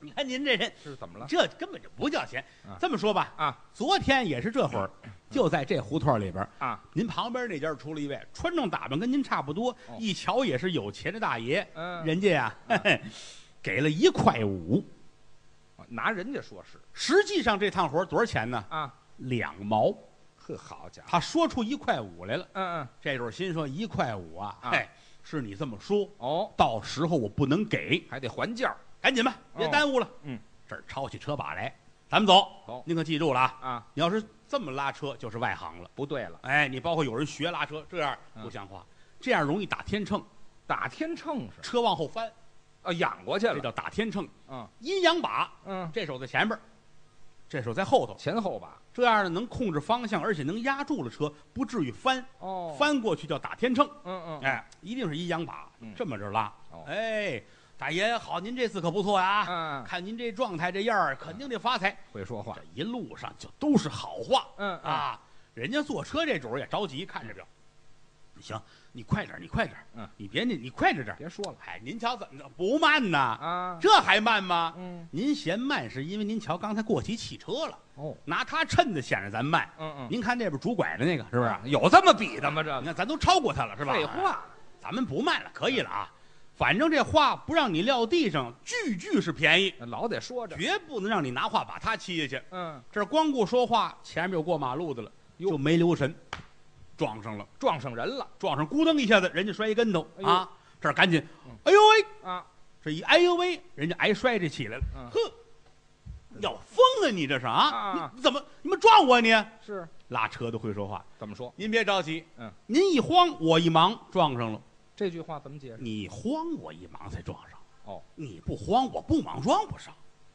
你看您这人，
是怎么了？
这根本就不叫钱
啊。
这么说吧，
啊，
昨天也是这会儿，就在这胡同里边儿
啊，
您旁边那家出了一位穿着打扮跟您差不多
哦，
一瞧也是有钱的大爷，
[LAUGHS] 嗯，
人家呀、嘿嘿，给了一块五。
拿人家说事
实际上这趟活儿多少钱呢？
啊，
两毛。
呵，好家伙，
他说出一块五来了，
嗯嗯，
这时候心说一块五啊，
啊
哎，是你这么说，
哦，
到时候我不能给，
还得还价
赶紧吧，别
哦
耽误了。
嗯，
这儿抄起车把来，咱们走。
走
您可记住了啊，
啊，
你要是这么拉车就是外行了。
不对了，
哎，你包括有人学拉车，这样
嗯
不像话，这样容易打天秤，
打天秤是
车往后翻，
啊，仰过去
这
了，
叫打天秤。
嗯
阴阳把，
嗯，
这手在前边儿，这手在后头，
前后吧，
这样呢能控制方向，而且能压住了车，不至于翻。
哦，，
翻过去叫打天秤，
嗯嗯，
哎，一定是阴阳把
嗯，
这么着拉
哦。
哎，大爷好，您这次可不错啊呀，
嗯，
看您这状态这样儿，肯定得发财。
会说话
这，一路上就都是好话
嗯，
啊，人家坐车这主儿也着急，看着表，行，你快点儿，你快点儿，
嗯
你别你你快着点儿。
别说了
哎，您瞧怎么着不慢呐？
啊，
这还慢吗？
嗯，
您嫌慢是因为您瞧刚才过起汽车了，
哦，
拿它衬的显着咱慢。
嗯嗯，
您看那边拄拐的那个是不是？
啊有这么比的吗？这
你
个
看咱都超过他了是吧？
废，话，
咱们不慢了，可以了啊。反正这话不让你撂地上，句句是便宜，
老得说着，
绝不能让你拿话把他欺下去。
嗯，
这光顾说话，前面有过马路的了，
哟
就没留神，撞上了，
撞上人了
撞上咕噔一下子，人家摔一跟头、
哎呦
啊！这儿赶紧
嗯，
哎呦喂，
啊，
这一哎呦喂，人家挨摔这起来了，
嗯
哼，要疯啊你这是啊
啊？
你怎么你们撞我你？
是
拉车的会说话，
怎么说？
您别着急，
嗯，
您一慌我一忙撞上了，
这句话怎么解释？
你慌我一忙才撞上，
哦，
你不慌我不忙撞不上，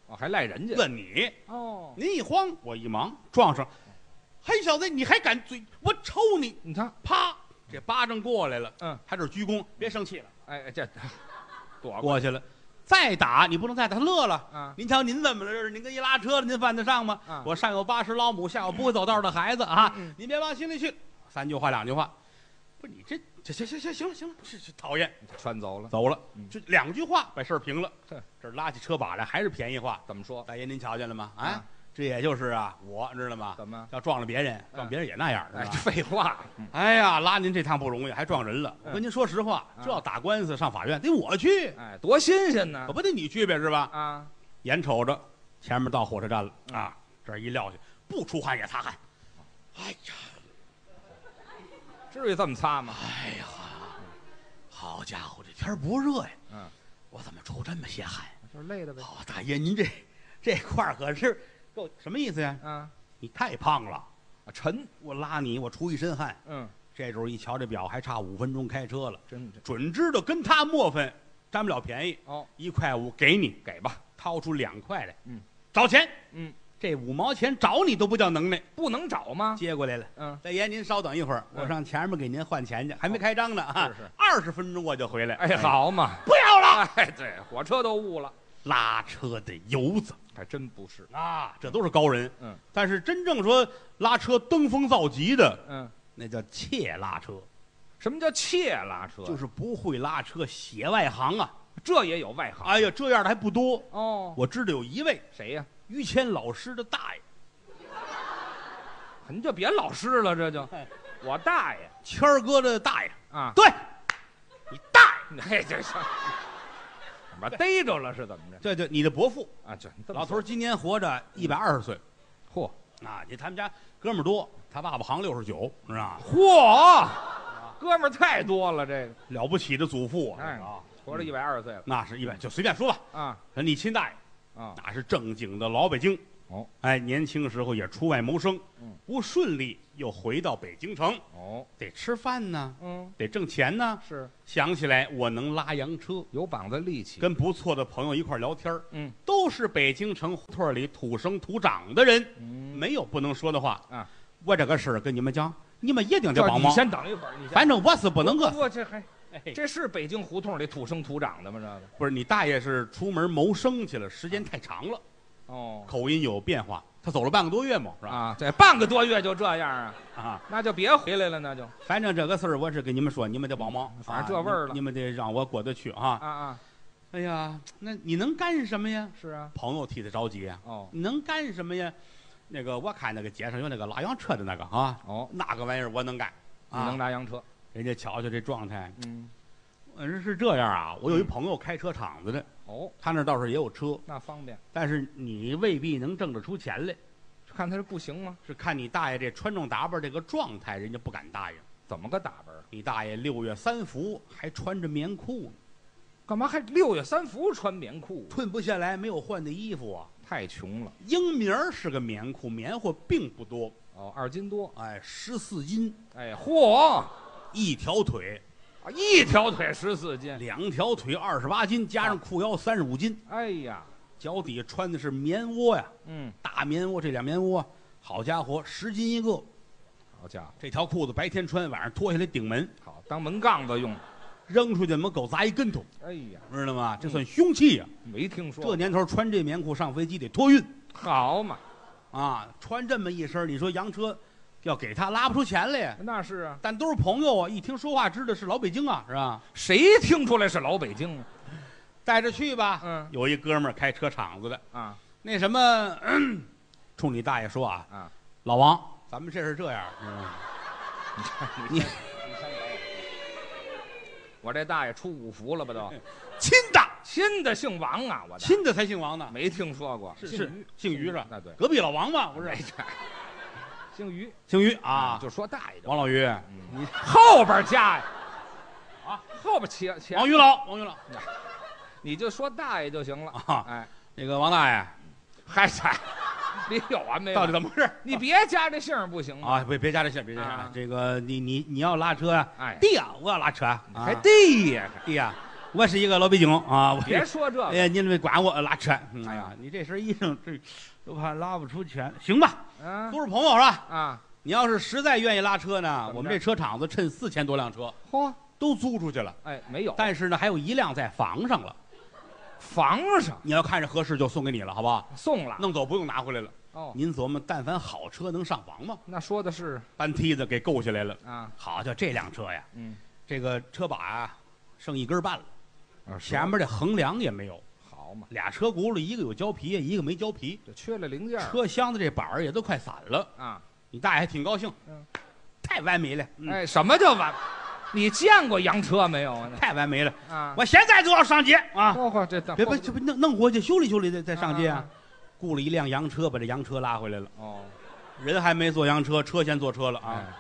哦，还赖人家
问你，
哦，
您一慌我一忙撞上，嘿小子你还敢嘴我抽你，
你看，
啪，这巴掌过来了，
嗯，
他这鞠躬，别生气了，
哎，这 [LAUGHS] 躲过
过去了，再打你不能再打，他乐了。
啊，
您瞧您怎么了？这是您跟一拉车的，您犯得上吗？
啊
我上有八十老母，下有不会走道的孩子啊！
嗯嗯
您别往心里去。三句话两句话，不是你这这行行行行了行了，这这讨厌，
穿走了，
走了，
嗯
这两句话把事儿平了
哼。
这拉起车把来还是便宜话，
怎么说？
大爷您瞧见了吗？啊，
啊
这也就是啊，我知道吗？
怎么？
要撞了别人，撞别人也那样，
哎，
是吧
废话，
哎呀，拉您这趟不容易，还撞人了。
嗯
我跟您说实话，
啊
这要打官司上法院得我去，
哎，多新鲜呢
可！不得你去呗，是吧？
啊，
眼瞅着前面到火车站了
嗯
啊，这儿一撂下，不出汗也擦汗。哎呀，
至于这么擦吗？
哎呀，好家伙，这天儿不热呀，
嗯，
我怎么出这么些汗？
就是累的呗。
好、大爷，您这这块儿可是够什么意思呀？
啊，
你太胖了，
啊沉，
我拉你，我出一身汗。
嗯，
这时候一瞧这表，还差五分钟开车了，
真这
准知道跟他磨分，占不了便宜，
哦，
一块五给你，
给吧，
掏出两块来，
嗯，
找钱，
嗯，
这五毛钱找你都不叫能耐，
不能找吗？
接过来了。
嗯，
大爷，您稍等一会儿，
嗯哦
我上前面给您换钱去，还没开张呢啊
是是，
二十分钟我就回来。
哎，，好嘛，
不要了，
哎，对，火车都误了，
拉车的油子
还真不是。
啊，这都是高人。
嗯，
但是真正说拉车登峰造极的，
嗯，
那叫怯拉车，
什么叫怯拉车？
就是不会拉车，血外行啊！
这也有外行
哎呀，这样的还不多。
哦。
我知道有一位
谁呀？
于谦老师的大爷，
你就别老师了，这就
哎
我大爷
谦儿哥的大爷，
啊！
对，你大
[LAUGHS]
爷，
哎，这是怎么逮着了是怎么着？
对对，你的伯父，
啊，这你这么
老头儿今年活着一百二十岁。
嚯
啊，你他们家哥们儿多，他爸爸行六十九，是吧？
嚯，哥们儿太多了，这个
了不起的祖父啊，
哎
啊，
活了一百二十岁了
那是一百，就随便说吧。
啊
你亲大爷
啊！
那是正经的老北京，
哦，
哎，年轻时候也出外谋生
嗯，
不顺利又回到北京城，
哦，
得吃饭呢，
嗯，
得挣钱呢。
是
想起来我能拉洋车，
有膀子力气，
跟不错的朋友一块儿聊天儿
嗯，
都是北京城胡同里土生土长的人，
嗯，
没有不能说的话
啊。
我这个事儿跟你们讲，你们一定得
这
帮
你
忙。
先等一会儿，你先
反正我是不能饿死。
我这还
哎
这是北京胡同里土生土长的吗？这个
不是你大爷是出门谋生去了，时间太长了，
哦
口音有变化。他走了半个多月嘛，是吧？
啊，这半个多月就这样啊，
啊，
那就别回来了，那就
反正这个事儿我是给你们说，你们得帮忙。
反正
啊
这味儿了
你们得让我过得去啊。
啊啊，
哎呀，那你能干什么呀？
是啊，
朋友替他着急呀，
哦
你能干什么呀？那个我看那个街上有那个拉洋车的那个啊，
哦，
那个玩意儿我能干
你能
啊。
拉洋车，
人家瞧瞧这状态，
嗯，
嗯，是这样啊。我有一朋友开车厂子的，
哦，
他那倒是也有车，
那方便，
但是你未必能挣得出钱来，
看他是不行吗？
是看你大爷这穿着打扮这个状态，人家不敢答应。
怎么个打扮啊？
你大爷六月三伏还穿着棉裤呢，
干嘛还六月三伏穿棉裤？
褪不下来，没有换的衣服啊。
太穷了
英名儿是个棉裤，棉花并不多，
哦，二斤多，
哎，十四斤，
哎，嚯，
一条腿，
啊一条腿十四斤，
两条腿二十八斤，加上裤腰三十五斤，
哎呀，
脚底下穿的是棉窝呀，
嗯，
大棉窝，这俩棉窝，好家伙，十斤一个。
好家伙，
这条裤子白天穿，晚上脱下来顶门，
好当门杠子用，
扔出去，门狗砸一跟头，
哎呀，
知道吗？这算凶器呀、
没听
这
说，
年头穿这棉裤上飞机得托运
好嘛，
啊，穿这么一身，你说洋车要给他拉不出钱来呀。
那是啊，
但都是朋友啊，一听说话知道是老北京啊，是吧？
谁听出来是老北京啊？
带着去吧。
嗯
有一哥们儿开车厂子的，
啊，
那什么， [CLEARS THROAT] 咳冲你大爷说啊，
啊
老王，咱们这是这样，
你我这大爷出五福了吧都？
亲的，
亲的姓王啊，我的
亲的才姓王呢，
没听说过，
是
姓
是
于
姓于是吧？
那对，
隔壁老王嘛，不是
没这姓于
姓于啊？
就说大爷就
王老于，
你后边加呀，
啊，
后边切切，
王于老，王于老
你就说大爷就行了。
啊，
哎，
那个王大爷，
嗨，嗨，你有完没
到底怎
完？
么回事？
你别加这姓儿不行吗？
啊，别别加这线，别加这线
啊
这个你你你要拉车啊？
哎，
弟呀，我要拉车啊，
还地呀？
弟呀，我是一个老北京啊，我是
别说这
哎
个，
呀，您别管我拉车。嗯哎呀，你这身衣裳这都怕拉不出钱，行吧？
嗯
都是朋友是吧？
啊，
你要是实在愿意拉车呢，
怎么着
我们这车厂子趁四千多辆车
嚯，
都租出去了，
哎，没有，
但是呢，还有一辆在房上了。
房上
你要看着合适就送给你了，好不好？
送了
弄走不用拿回来了。
哦，
您琢磨，但凡好车能上房吗？
那说的是
搬梯子给够下来了。
啊，
好家伙，这辆车呀，
嗯，
这个车把啊，剩一根半了，
啊是
前面这横梁也没有，
好嘛，
俩车轱辘一个有胶皮，一个没胶皮，
就缺了零件儿
车厢的这板儿也都快散了。
啊。
你大爷还挺高兴，
嗯
太完美了，嗯、
哎，什么叫完？你见过洋车没有啊？
太完美了，
那啊，
我现在就要上街啊！
包括这等
别别，这不弄弄回去修理修理再再上街啊！
啊
雇了一辆洋车，把这洋车拉回来了，
哦
人还没坐洋车，车先坐车了啊！
哎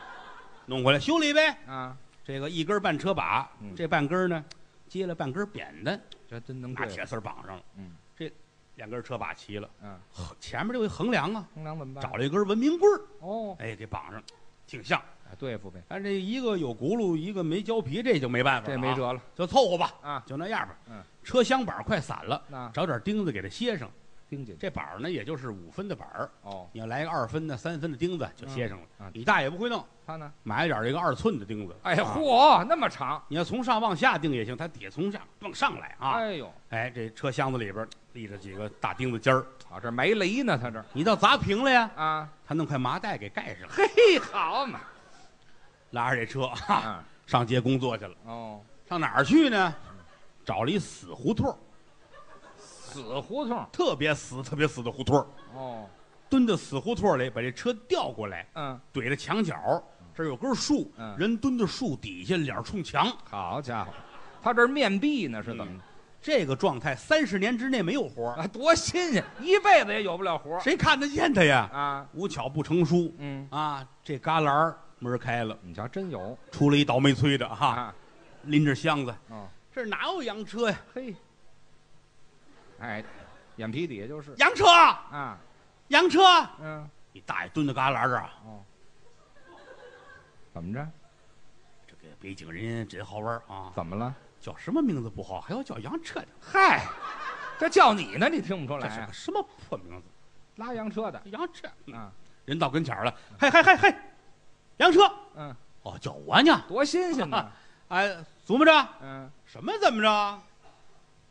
弄回来修理呗，
啊，
这个一根半车把，
嗯
这半根儿呢接了半根儿扁担，
这真能
拿
对
铁丝儿绑上了，
嗯
这两根车把齐了，
嗯，
横前面这有一横梁啊，
衡量怎么办？
找了一根文明棍儿，
哦，
哎，给绑上，挺像。
哎对付呗，
但这一个有轱辘，一个没胶皮，这就没办法了
这
啊
没辙了
就凑合吧，
啊。
就那样吧。
嗯，
车厢板儿快散了，
那
找点钉子给它歇上。
盯紧
这板儿呢，也就是五分的板儿，
哦，
你要来个二分的、三分的钉子就歇上了。
嗯啊
你大爷不会弄，
他呢？
买点儿这个二寸的钉子。
哎
啊
嚯，那么长，
你要从上往下钉也行，它底下从下往上来啊。
哎呦，
哎，这车厢子里边儿立着几个大钉子尖儿，
好这埋雷呢，他这儿
你倒砸平了呀，
啊，
他弄块麻袋给盖上，
嘿，好嘛
拉着这车哈
啊，
上街工作去了。
哦，
上哪儿去呢？找了一死胡同儿，
死胡同
特别死、特别死的胡同儿，
哦，
蹲到死胡同儿里，把这车调过来，
嗯，
怼着墙角儿。这儿有根树，
嗯
人蹲在树底下，脸儿冲墙，
好家伙，他这儿面壁呢，是怎么
这个状态三十年之内没有活儿，
着？啊，多新鲜，一辈子也有不了活儿
谁看得见他呀？
啊，
无巧不成书
嗯，
啊！这旮旯儿门儿开了，
你瞧，真有
出来一倒霉催的哈，
啊，
拎着箱子，
哦。
这儿哪有洋车呀？
嘿，哎，眼皮底下就是
洋车，
啊，
洋车！
嗯，
你大爷蹲在旮旯这儿啊，
哦，怎么着？
这个北京人真好玩儿啊！
怎么了？
叫什么名字不好，还要叫洋车的，
嗨，这叫你呢，你听不出
这
来、
是
啊
个？什么破名字？
拉洋车的
洋车！
啊，
人到跟前儿了，嘿嘿嘿嘿，洋车！
嗯，
哦，叫我呢？
多新鲜呢！
哎，琢磨着。
[LAUGHS] 嗯，
什么怎么着？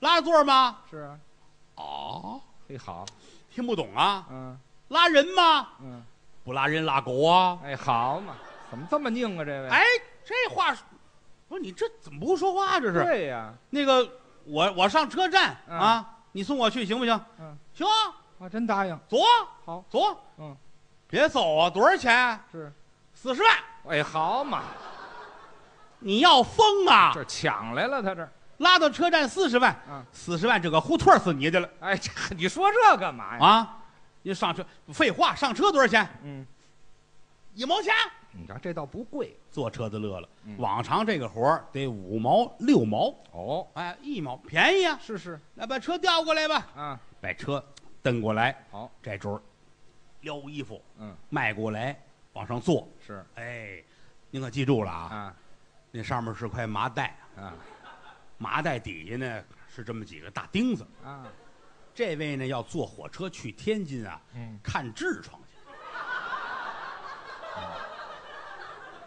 拉座吗？
是啊，
哦，
嘿好，
听不懂啊，
嗯
拉人吗？
嗯，
不拉人拉狗啊！
哎，好嘛，怎么这么拧啊？这位，
哎，这话说不是你这怎么不会说话？这是
对呀，
那个我我上车站
嗯
啊，你送我去行不行？
嗯，
行啊，
啊，真答应
走啊，
好
走啊，
嗯，
别走啊，多少钱啊？
是，
四十万，
哎，好嘛，
你要疯啊？
这抢来了，他这儿，
拉到车站四十万
嗯，
四十万这个胡同儿死你去了
哎，这 [LAUGHS] 你说这干嘛呀？
啊！你上车，废话，上车多少钱？
嗯，
一毛钱。
你瞧这倒不贵
坐车的乐了，
嗯
往常这个活儿得五毛六毛，
哦，
哎，一毛便宜啊！
是是
那把车调过来吧，
啊，
把车蹬过来，
好，
这主儿撩衣服，
嗯，
迈过来，往上坐，
是
哎，您可记住了啊，
啊
那上面是块麻袋，
啊
麻袋底下呢是这么几个大钉子。
啊，
这位呢要坐火车去天津啊，
嗯，
看痔疮去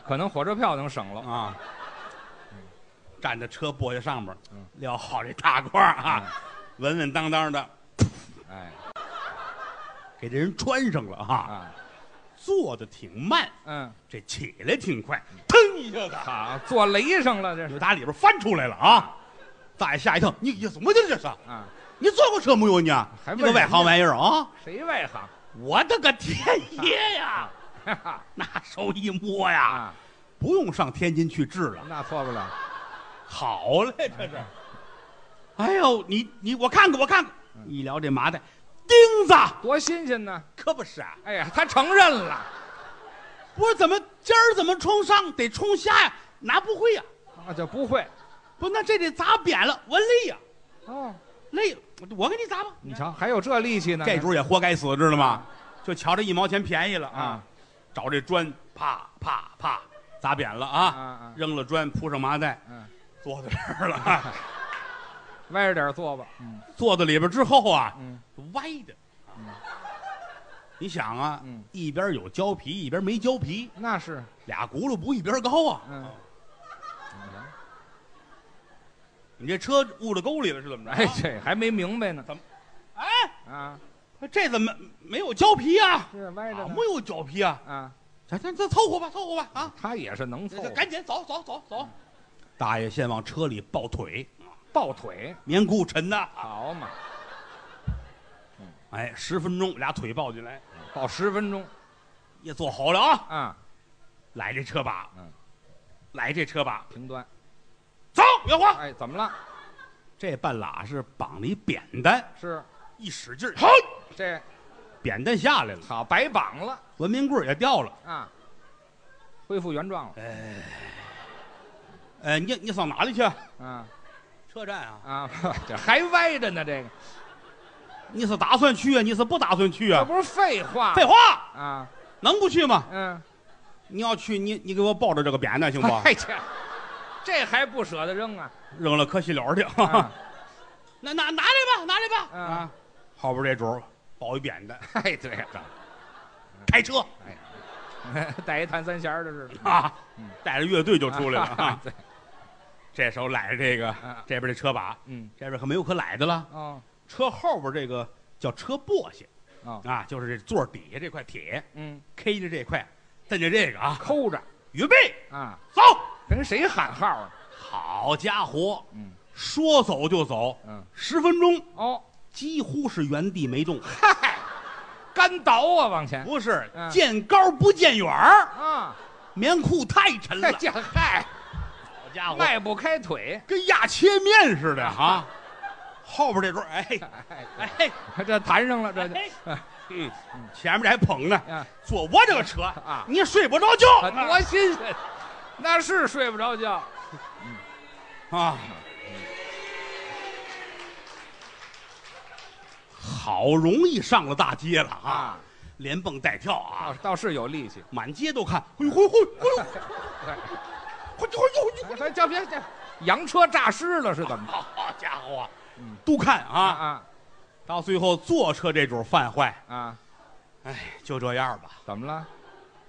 可能火车票能省了
啊。站着车簸箕上边儿
嗯，
撩好这大褂儿啊，，稳稳当当的
嗯哎
给这人穿上了哈、
啊，
坐的挺慢，
嗯，
这起来挺快，腾一下子
好，坐雷上了这
就是打里边翻出来了啊！
嗯
大爷吓一跳，你你怎么的这是？
啊，
你坐过车没有你啊？
还
你
问
个外
人
行
家
玩意儿啊！
谁外行？
我的个天爷 [LAUGHS] 呀！
[LAUGHS] 哈哈
拿手一摸呀，
啊，
不用上天津去治了，
那错不了，
好嘞，这是。哎呦，你你我看看我看看，
嗯
一聊这麻袋，钉子
多新鲜呢！
可不是啊！
哎呀，他承认了，
不是怎么今儿怎么冲上得冲下呀？拿不会呀、
那就不会
不，那这得砸扁了，我累呀、
哦。
累呀，我我给你砸吧。
你瞧，还有这力气呢，
这主也活该死，知道吗？就瞧这一毛钱便宜了啊
啊，
找这砖啪啪啪砸扁了
啊
啊，
啊，
扔了砖铺上麻袋，
嗯，
坐在这儿了 [LAUGHS] 啊，
歪着点坐吧。嗯
坐到里边之后啊，
嗯
歪的
嗯。
你想啊，
嗯，
一边有胶皮，一边没胶皮，
那是，
俩轱辘不一边高啊！
嗯。
你这车误到沟里了是怎么着？
[LAUGHS] 哎，这还没明白呢。
怎么？
啊，
哎，这怎么没有胶皮啊？
是歪着
啊，
呢
没。有胶皮啊！
啊，
咱咱咱凑合吧，凑合吧啊！
他也是能凑合，嗯
赶紧走走走走！大爷先往车里抱腿，
抱腿，
棉裤沉呐，
好嘛，
哎，十分钟俩腿抱进来，
抱十分钟
也坐好了啊，
啊，
来这车把，
嗯，
来这车把，
平端。
走，月花，
哎，怎么了？
这半拉是绑了一扁担，
是
一使劲儿，好，
这
扁担下来了，
好白绑了
文明棍儿也掉了，
啊，恢复原状了
呃，你你上哪里去？
啊
车站啊？
啊， [LAUGHS] 这还歪着呢，这个
你是打算去啊？你是不打算去
这
啊？
不是废话
废话，
啊，
能不去吗？
嗯。
你要去，你你给我抱着这个扁担行不？
[LAUGHS] 哎这这还不舍得扔啊？
扔了可惜了去， [LAUGHS]
啊
拿拿拿来吧，拿来吧。
啊！
后边这主儿抱一扁担，
[LAUGHS] 哎，对呀，
开车
[LAUGHS] 带一弹三弦儿的似的
啊
嗯，
带着乐队就出来了。
[LAUGHS]
啊
啊对，
这手揽着这个
啊
这边这车把，
嗯，
这边可没有可揽的了。
哦，
车后边这个叫车簸箕
哦
啊，就是这座底下这块铁
嗯，
K 着这块，蹬着这个啊，
抠着
预备
啊，
走！
跟谁喊号啊？
好家伙，
嗯
说走就走，
嗯，
十分钟
哦，
几乎是原地没动，
嗨，干倒啊，往前
不是
嗯
见高不见远儿，
啊！
棉裤太沉了
嗨，，这 [LAUGHS] 嗨，
好家伙，
迈不开腿，
跟压切面似的
[LAUGHS]
哈。后边这桌，哎
哎，
哎
这弹上了，这就
哎，嗯，前面这还捧呢，
啊
坐我这个车
啊，
你睡不着觉
啊多新鲜！那是睡不着觉，
啊！好容易上了大街了啊
啊，
连蹦带跳啊
倒，倒是有力气。
满街都看，嘿呦哎嘿呦嘿呦嘿
哎
呦嘿呦嘿
哎，叫别叫，洋车诈尸了是怎么
呦，
着？
好家伙
嗯，
都看
啊
啊！
啊
到最后坐车这主犯坏，
啊！
就这样吧，
怎么了？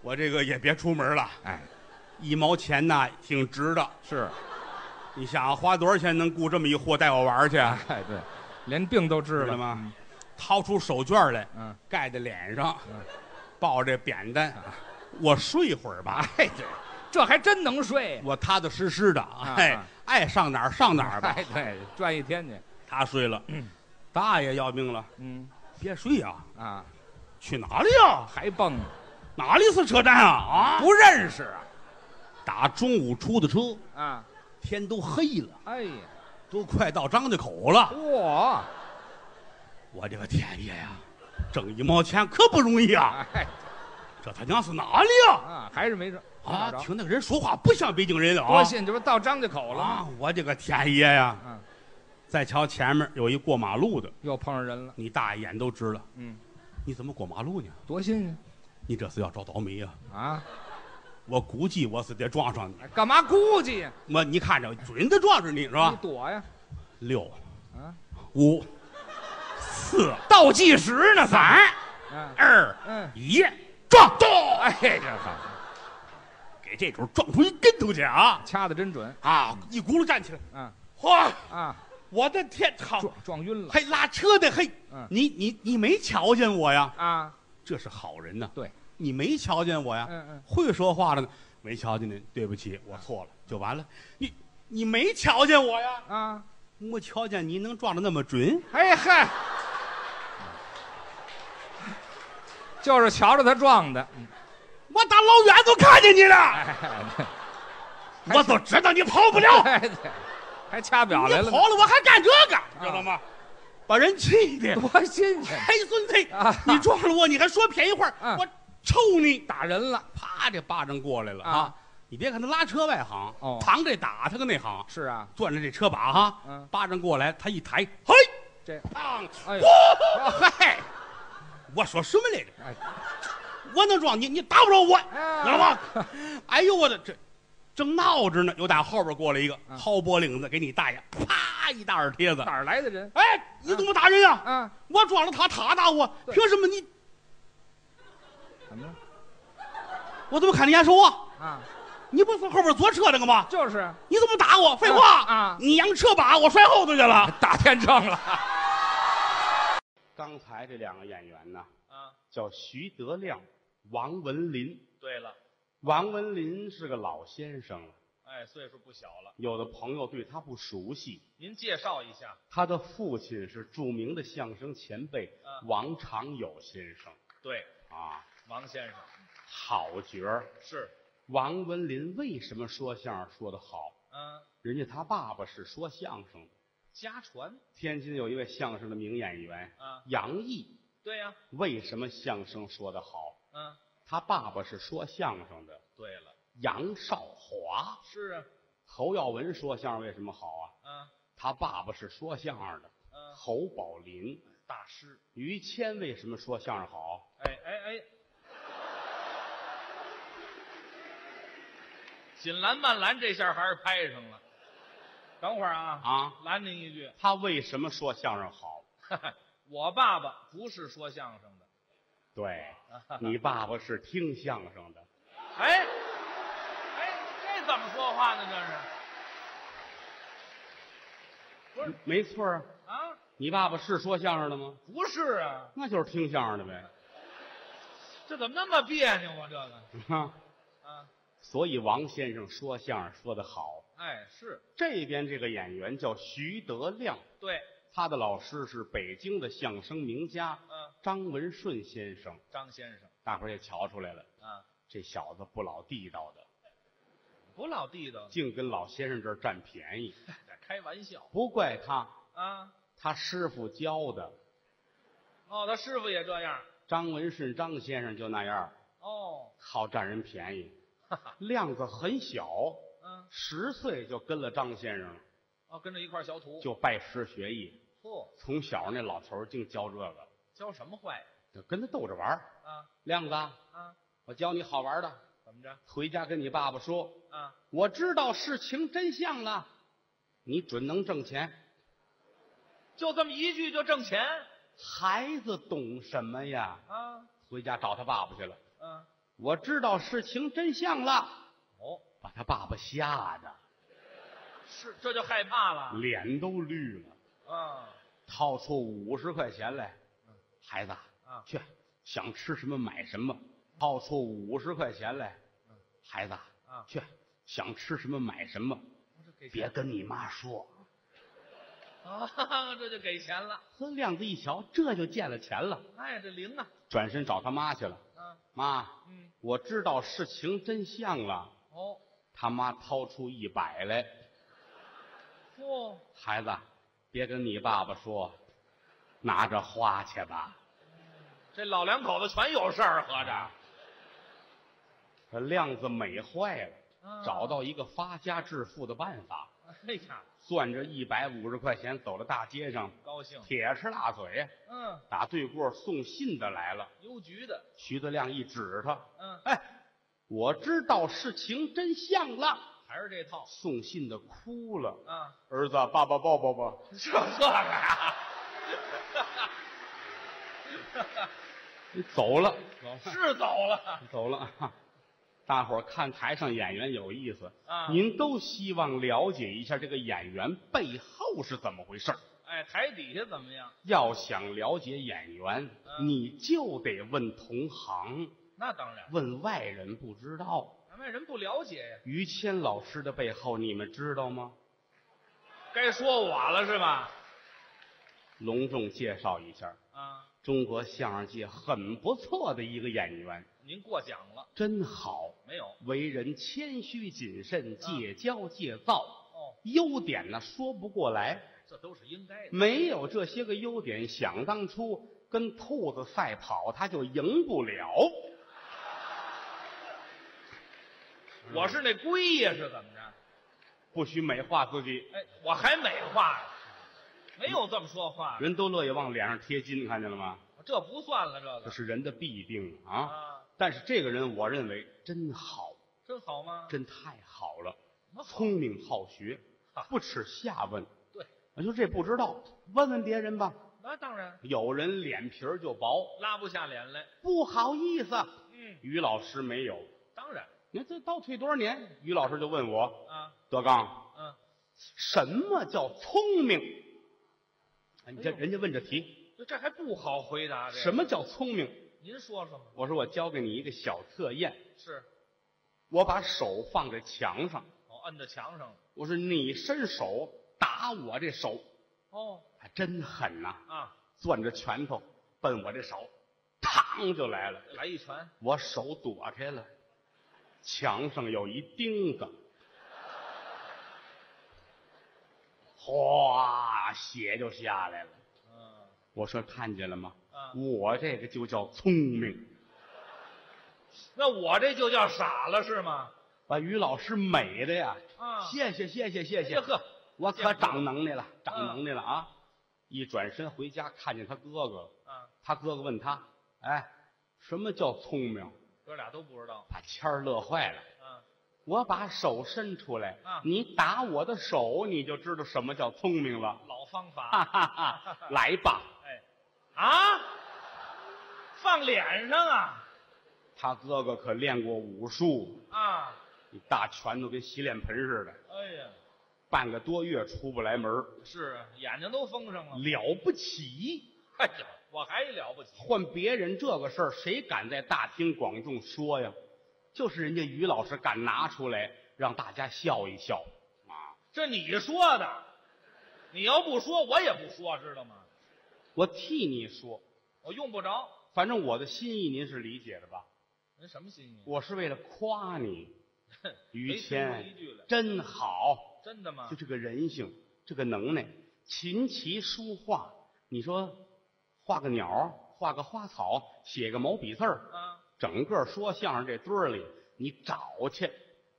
我这个也别出门了，
哎，
一毛钱呐挺值的。
是，
你想啊花多少钱能雇这么一货带我玩儿去啊？
哎，对，连病都治
知道
了
吗？掏出手绢来
嗯，
盖在脸上
嗯，啊
抱着扁担，我睡会儿吧。
哎，对，这还真能睡。
我踏踏实实的，哎
啊，
爱上哪儿上哪儿吧
哎，。嗯对，转一天去。
他睡了，大爷要命了，
嗯
别睡啊！
啊，
去哪里啊？
还蹦，
哪里是车站啊？啊！
不认识啊
打中午出的车，
啊！
天都黑了，
哎呀，
都快到张家口了。
嚯！
我的个天爷呀，挣一毛钱可不容易啊！
哎
这他娘是哪里啊？
啊，还是没着
啊，
没找着
听那个人说话不像北京人了
多
啊！
信，这不到张家口了吗？
啊，我的个天爷呀！
嗯
再瞧前面有一过马路的，
又碰上人了，
你大爷眼都直了，
嗯，
你怎么过马路呢？
多新鲜
你这是要找倒霉呀、
啊！
我估计我是得撞上你，
哎干嘛估计呀？
我你看着准得撞着你是
你
吧？
躲呀？
六
啊，
五四
倒计时呢，
三
嗯
二
嗯，
一，撞咚！
哎，这好，嗯
给这主撞出一跟头去啊
掐的真准
啊！一轱辘站起来，
嗯
嚯！
啊！
我的天，好，
撞撞晕了
还拉车的，嘿
嗯，
你你你没瞧见我呀？
啊！
这是好人呐。
对，
你没瞧见我呀？
嗯嗯，
会说话的呢，没瞧见您，对不起，我错了，就完了。你你没瞧见我呀？
啊，
没瞧见你能撞得那么准？
哎嗨，就是瞧着他撞的，
我打老远都看见你了，
哎，对
我都知道你跑不了，
哎对， [LAUGHS] 还掐表来
你
了
跑
呢，啊
了我还干这个，知道吗？把人气的，
多新鲜！
黑孙子
啊，
你撞了我，你还说便宜话，
嗯
我抽你！
打人了，
啪，这巴掌过来了
啊
啊！你别看他拉车外行
哦，
扛这打他跟那行，
是啊，
攥着这车把哈，
嗯，
巴掌过来，他一抬，嘿，
这，
当！
哎呦，
嗨，我说什么来着？
哎
我能撞你，你打不着我，
哎
知道
[LAUGHS]
吗？哎呦我的这，正闹着呢，又打后边过来一个，
嗯
薅脖领子给你大爷，啪一大耳贴子
哪。儿来的人
哎，你怎么打人呀、
啊？
我撞了他，他打我，
对
凭什么你？
怎么了？
我怎么看你眼熟啊？
啊，
你不是后边坐车那个吗？
就是啊
你怎么打我？废话
啊
你扬车把我摔后头去了。
打天秤了。
刚才这两个演员呢，
啊，
叫徐德亮、王文林。
对了，
王文林是个老先生了，
哎，岁数不小了，
有的朋友对他不熟悉。
您介绍一下。
他的父亲是著名的相声前辈
啊
嗯
王长友先生
对，
啊，
王先生
好角儿。
是，
王文林为什么说相声说得好？
嗯、
人家他爸爸是说相声的。
家传
天津有一位相声的名演员
啊，
杨毅，
对呀、
为什么相声说得好？
嗯、
他爸爸是说相声的。
对了，
杨少华，
是啊，
侯耀文说相声为什么好啊？
嗯、
他爸爸是说相声的。
嗯、
侯宝林，
大师，
于谦为什么说相声好？
哎哎哎，锦兰慢兰这下还是拍上了。等会儿啊，
啊，
拦您一句， [LAUGHS]
他为什么说相声好？
我爸爸不是说相声的，啊
对，你爸爸是听相声的。
哎哎，这怎么说话呢？这是，不是
没错啊，
啊？
你爸爸是说相声的吗？
不是啊，
那就是听相声的呗。
这怎么那么别扭啊？这个
啊，
啊，
所以王先生说相声说得好。
哎，是
这边这个演员叫徐德亮，
对，
他的老师是北京的相声名家
嗯、
张文顺先生。
张先生
大伙儿也瞧出来了，
啊，
这小子不老地道的，
不老地道，
净跟老先生这儿占便宜。
在开玩笑
不怪他，
啊。
他师傅教的。
哦，他师傅也这样
张文顺张先生就那样，
哦，
好占人便宜
哈哈。
量子很小，
嗯，
十岁就跟了张先生了，
哦，跟着一块儿学徒，
就拜师学艺。
嚯，
从小那老头儿净教这个，
教什么坏
就跟他逗着玩儿
啊
亮子，
啊？
我教你好玩的，
怎么着
回家跟你爸爸说，
啊？
我知道事情真相了，你准能挣钱。
就这么一句就挣钱
孩子懂什么呀？
啊？
回家找他爸爸去了。
嗯、
我知道事情真相了，
哦，
把他爸爸吓得
是这就害怕了
脸都绿了，
啊？
掏出五十块钱来
嗯，
孩子
啊
去想吃什么买什么，掏出五十块钱来，孩子
啊
去想吃什么买什么，
我这给
别
钱
跟你妈说。
啊，这就给钱了。
呵，亮子一瞧，这就见了钱了，
哎，这零啊，
转身找他妈去了。
啊，
妈，
嗯，
我知道事情真相了。
哦，
他妈掏出一百来，
嚯，
孩子，别跟你爸爸说，拿着花去吧。
这老两口子全有事儿，合着。
这亮子美坏了，
啊
找，到一个发家致富的办法，
哎呀，
攥着一百五十块钱走到大街上，
高兴。
铁齿大嘴
嗯，
打对过送信的来了。
邮局的，
徐德亮一指他，
嗯，
哎，我知道事情真相了。
还是这套
送信的哭了，
啊。
儿子，爸爸抱抱吧。
这个呀，
[LAUGHS] 走了，
是走了
走了。啊大伙儿看台上演员有意思
啊
您都希望了解一下这个演员背后是怎么回事儿
哎，台底下怎么样？
要想了解演员，
嗯
你就得问同行，
那当然，
问外人不知道。
咱们人不了解呀。
于谦老师的背后你们知道吗？
该说我了是吧？
隆重介绍一下，
啊，
中国相声界很不错的一个演员，
您过奖了
真好，
没有？
为人谦虚谨慎，戒骄戒躁，
哦，
优点呢说不过来。
这都是应该的。
没有这些个优点，想当初跟兔子赛跑，他就赢不了。
我是那龟呀，是怎么着？
不许美化自己，
哎，我还美化了，没有这么说话的，
人都乐意往脸上贴金，看见了吗？
这不算了，这
这
个
是人的弊病啊！
啊，
但是这个人，我认为真好，
真好吗？
真太好了，
什么好
聪明好学
啊，
不耻下问。
对，
我就这不知道，问问别人吧。
那当然
有人脸皮儿就薄，
拉不下脸来。
不好意思。
嗯，
于老师没有，
当然
你看这倒退多少年？于老师就问我，
啊，
德刚，
嗯，
什么叫聪明？啊你这
哎呦哎
人家问这题，
这这还不好回答这个
什？么叫聪明？
您说说嘛？
我说我教给你一个小测验，
是，
我把手放在墙上，
哦，摁在墙上了。
我说你伸手打我这手，
哦
还真狠呐、
啊，
攥着拳头奔我这手，嘡就来了，
来一拳，
我手躲开了，墙上有一钉子，哗，血就下来了。
嗯
我说看见了吗？
啊，
我这个就叫聪明，
那我这就叫傻了是吗？
把于老师美的呀！
啊，
谢谢谢谢谢
哎
谢
呀，呵，
我可长能耐了，长
嗯
能耐了啊！一转身回家，看见他哥哥了，
啊，
他哥哥问他：“哎，什么叫聪明
哥俩都不知道？”。
把谦儿乐坏了。
啊，
我把手伸出来
啊，
你打我的手，你就知道什么叫聪明了。 [LAUGHS]
老方
哈
法。
哈
[LAUGHS]
哈！来吧，
哎，啊，放脸上啊
他哥哥可练过武术，
啊，
一大拳头跟洗脸盆似的，
哎呀，
半个多月出不来门儿
是啊眼睛都封上了。
了不起！
哎呀，我还了不起
换别人这个事儿，谁敢在大庭广众说呀？就是人家于老师敢拿出来让大家笑一笑啊！
这你说的，你要不说我也不说，知道吗？
我替你说，
我用不着。
反正我的心意您是理解的吧？
您什么心意？
我是为了夸你，
[LAUGHS]
于
没听过一
谦
句来，
真好，
真的吗
就？这个人性，这个能耐，琴棋书画，你说画个鸟儿，画个花草，写个毛笔字儿，
啊，
整个说相声这堆儿里，你找去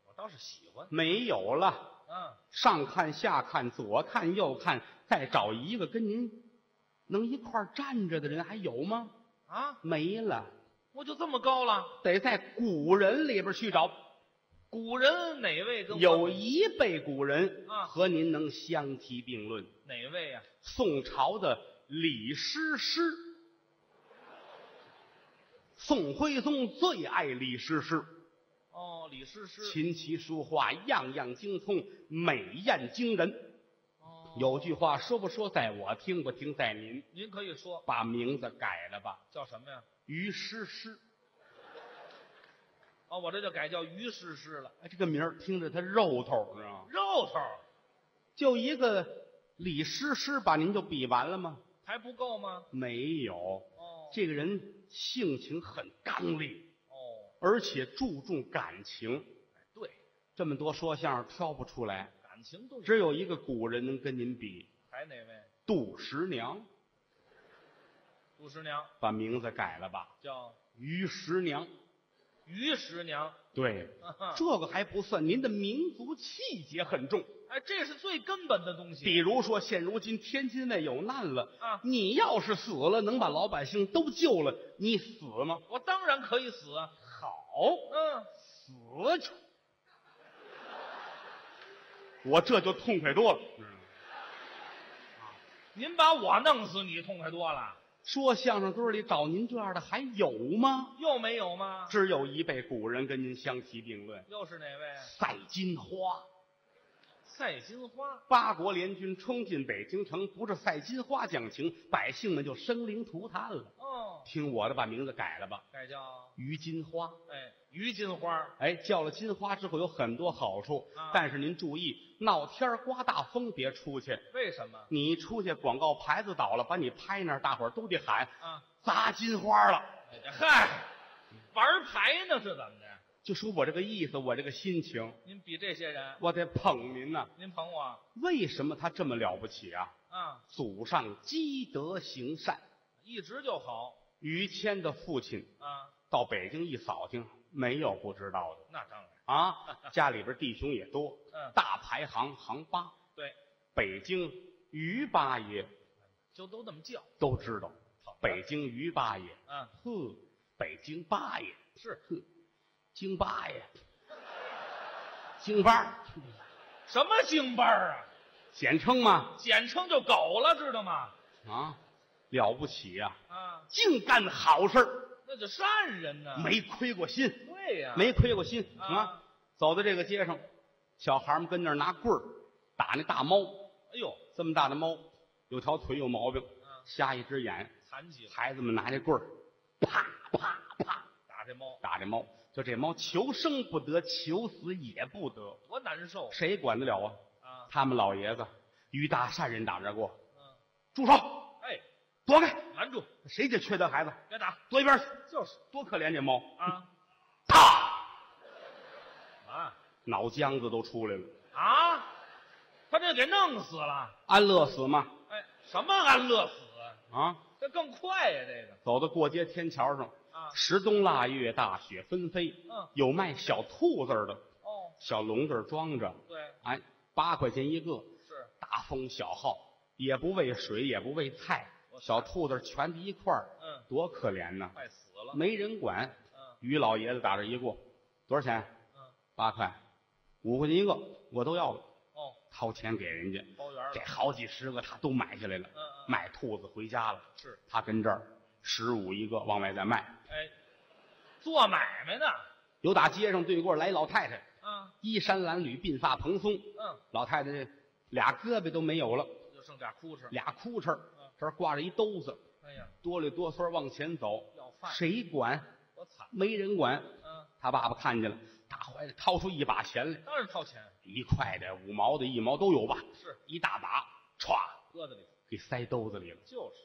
我倒是喜欢。
没有了。
啊，
上看下看左看右看，再找一个跟您能一块儿站着的人还有吗？
啊，
没了，
我就这么高了。
得在古人里边去找。
古人哪位跟我
有一辈古人
啊
和您能相提并论，
哪位呀、
宋朝的李师师。宋徽宗最爱李师师，
哦，李师师。
琴棋书画样样精通，美艳惊人。
哦，
有句话说不说在我，听不听在您。
您可以说
把名字改了吧，
叫什么呀？
于诗诗。
哦，我这就改叫于诗诗了。
哎，这个名儿听着它肉头，知道吗？
肉头儿
就一个李诗诗把您就比完了吗？
还不够吗？
没有，
哦
这个人性情很刚烈，
哦，
而且注重感情。
对，
这么多说相声挑不出来，
感情动
只有一个古人能跟您比，
还哪位？
杜十娘。
杜十娘
把名字改了吧，
叫
于十娘。
于十娘。
对，
啊哈
这个还不算，您的民族气节很重。
哎，这是最根本的东西。
比如说，现如今天津卫有难了，
啊
你要是死了，能把老百姓都救了，你死吗？
我当然可以死啊。
好，
嗯，
死去！我这就痛快多了。
您把我弄死，你痛快多了。
说相声堆里找您这样的还有吗？
又没有吗？
只有一辈古人跟您相提并论。
又是哪位？
赛金花，
赛金花。
八国联军冲进北京城，不是赛金花讲情，百姓们就生灵涂炭了。
哦，
听我的，把名字改了吧，
改叫
于金花。
哎于金花。
哎，叫了金花之后有很多好处，
啊
但是您注意，闹天儿刮大风别出去。
为什么
你一出去，广告牌子倒了，把你拍那儿，大伙儿都得喊
啊？
砸金花了。
哎嗨，玩牌呢是怎么的？
就说我这个意思，我这个心情，
您比这些人，
我得捧您呐、
您捧我
为什么他这么了不起啊？
啊，
祖上积德行善。
一直就好
于谦的父亲
啊，
到北京一扫听，没有不知道的
那当然
啊。家里边弟兄也多，
嗯
大排行行八，
对，
北京于八爷
就都这么叫。
都知道。
好
北京于八爷，
啊，
呵，北京八爷，
是
呵，京八爷，京八儿，
什么京班儿啊？
简称嘛
简称就狗了，知道吗？
啊，了不起呀、
啊，
净干好事儿，
那就善人呢。
没亏过心，
对呀、
没亏过心
啊
啊！走到这个街上，小孩们跟那儿拿棍儿打那大猫，
哎呦，
这么大的猫，有条腿有毛病，
嗯
瞎一只眼，
残疾了，
孩子们拿这棍儿，啪啪啪
打这猫
打这猫，就这猫求生不得，求死也不得，
多难受
谁管得了啊？
啊！
他们老爷子于大善人打这过，
嗯，
住手，
哎，
躲开，
拦住，
谁这缺德孩子，
别打，
躲一边去，
就是
多可怜这猫， [LAUGHS]
啊
啪，
啊
脑浆子都出来了，
啊！他这给弄死了。
安乐死嘛
哎，什么安乐死啊？
啊！
这更快呀、这个
走到过街天桥上，
啊，
十冬腊月，大雪纷飞，
嗯
有卖小兔子儿的，
哦，
小笼子儿装着，
对，
哎，八块钱一个，
是
大风小号，也不喂水，也不喂菜，小兔子全在一块儿，
嗯
多可怜呐！
快死了，
没人管。
嗯
于老爷子打这一过，多少钱？
嗯，
八块，五块钱一个，我都要了，
哦，
掏钱给人家。
包圆
这
了，
好几十个他都买下来了
嗯嗯，嗯
卖兔子回家了。
是，
他跟这儿十五一个往外再卖。
哎，做买卖呢，
有打街上对过来老太太，
啊，
衣衫褴褛，鬓发蓬松，
嗯，
老太太这俩胳膊都没有了，
就剩俩哭哧，
俩裤衩儿
嗯
这儿挂着一兜子，
哎呀，
哆里哆嗦往前走，
要饭，
谁管？
多惨，
没人管。
嗯，
他爸爸看见了，大怀里掏出一把钱来，
当然掏钱，
一块的、五毛的、一毛都有吧，
是
一大把，歘
搁在里，
给塞兜子里了，
就是，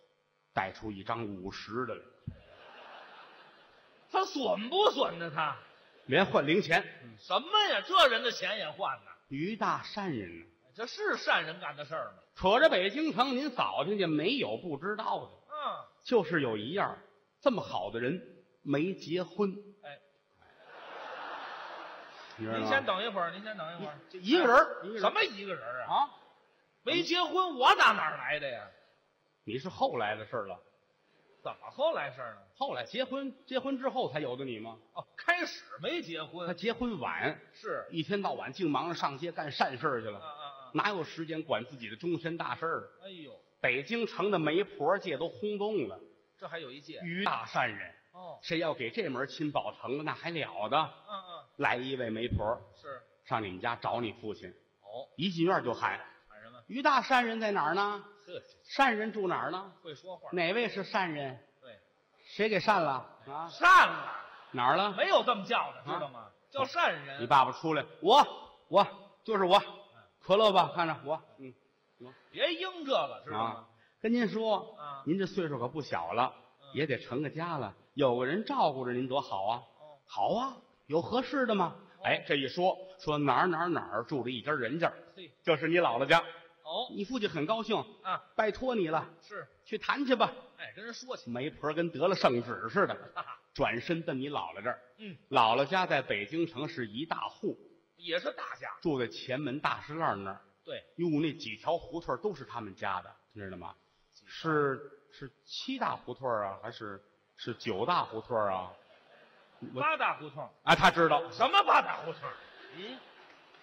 带出一张五十的来，
他损不损呢？他
连换零钱。
什么呀？这人的钱也换呐？
于大善人呢，
这是善人干的事儿吗？
可着北京城您扫听去，没有不知道的，
啊，
就是有一样，这么好的人没结婚，
哎，
你知道吗
您先，等一会儿，您先等一会儿，
就一个人儿，一个人儿
什么一个人啊？
啊？
没结婚，我打哪儿来的呀？
你是后来的事儿了，
怎么后来事儿呢？
后来结婚，结婚之后才有的你吗？
哦，开始没结
他
婚
结婚晚，
是
一天到晚净忙着上街干善事儿去
啊
了，
啊啊！
哪有时间管自己的终身大事儿？
哎呦，
北京城的媒婆界都轰动了，
这还有一届
于大善人，
哦，
谁要给这门亲保成了，那还了得？
嗯嗯，
来一位媒婆
是
上你们家找你父亲，
哦，
一进院就喊
喊什么？嗯，
于大善人在哪儿呢？
呵，
善人住哪儿呢？
会说话，
哪位是善人？
对，
谁给善了啊？
善了，
哪儿了？
没有这么叫的，知
啊
道吗？叫善人。
你爸爸出来，我我就是我，可乐吧，看着我，嗯，
别应这个，知道
啊
吗？，
跟您说，
啊
您这岁数可不小了，
嗯
也得成个家了，有个人照顾着您多好啊！
哦，
好啊，有合适的吗？哎，这一说说哪儿哪儿哪儿住着一家人家，
嘿，
这是你姥姥家，
哦
你父亲很高兴，
啊，
拜托你了，
是，
去谈去吧。
哎，跟人说去，
媒婆跟得了圣旨似的，
哈哈，
转身奔你姥姥这儿。
嗯，
姥姥家在北京城是一大户，
也是大家，
住在前门大石栏那儿。
对，
哟，那几条胡同都是他们家的，你知道吗？是是七大胡同啊，还是是九大胡同啊？我
八大胡同，
啊，他知道
什么八大胡同？
嗯，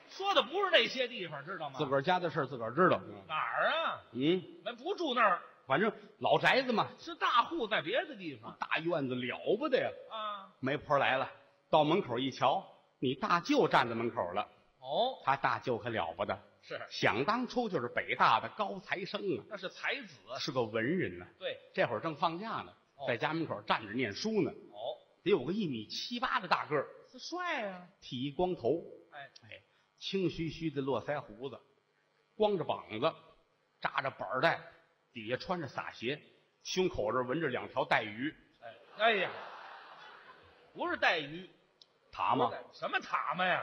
说的不是那些地方，知道吗？
自个儿家的事儿自个儿知道。
哪儿啊？
嗯，
咱不住那儿，
反正老宅子嘛，
是大户在别的地方
大院子了不得呀。
啊。
媒婆来了，到门口一瞧，你大舅站在门口了。
哦，
他大舅可了不得，
是，
想当初就是北大的高材生
那是才子。
啊，是个文人呢、
对，
这会儿正放假呢，
哦
在家门口站着念书呢，
哦，
得有个一米七八的大个儿，
是帅啊呀。
剃一光头，
哎，
哎，青须须的络腮胡子，光着膀子，扎着板儿带，底下穿着洒鞋，胸口这儿纹着两条带鱼，
哎，哎呀，不是带鱼，
蛤
不
蟆
是，带什么蛤蟆呀？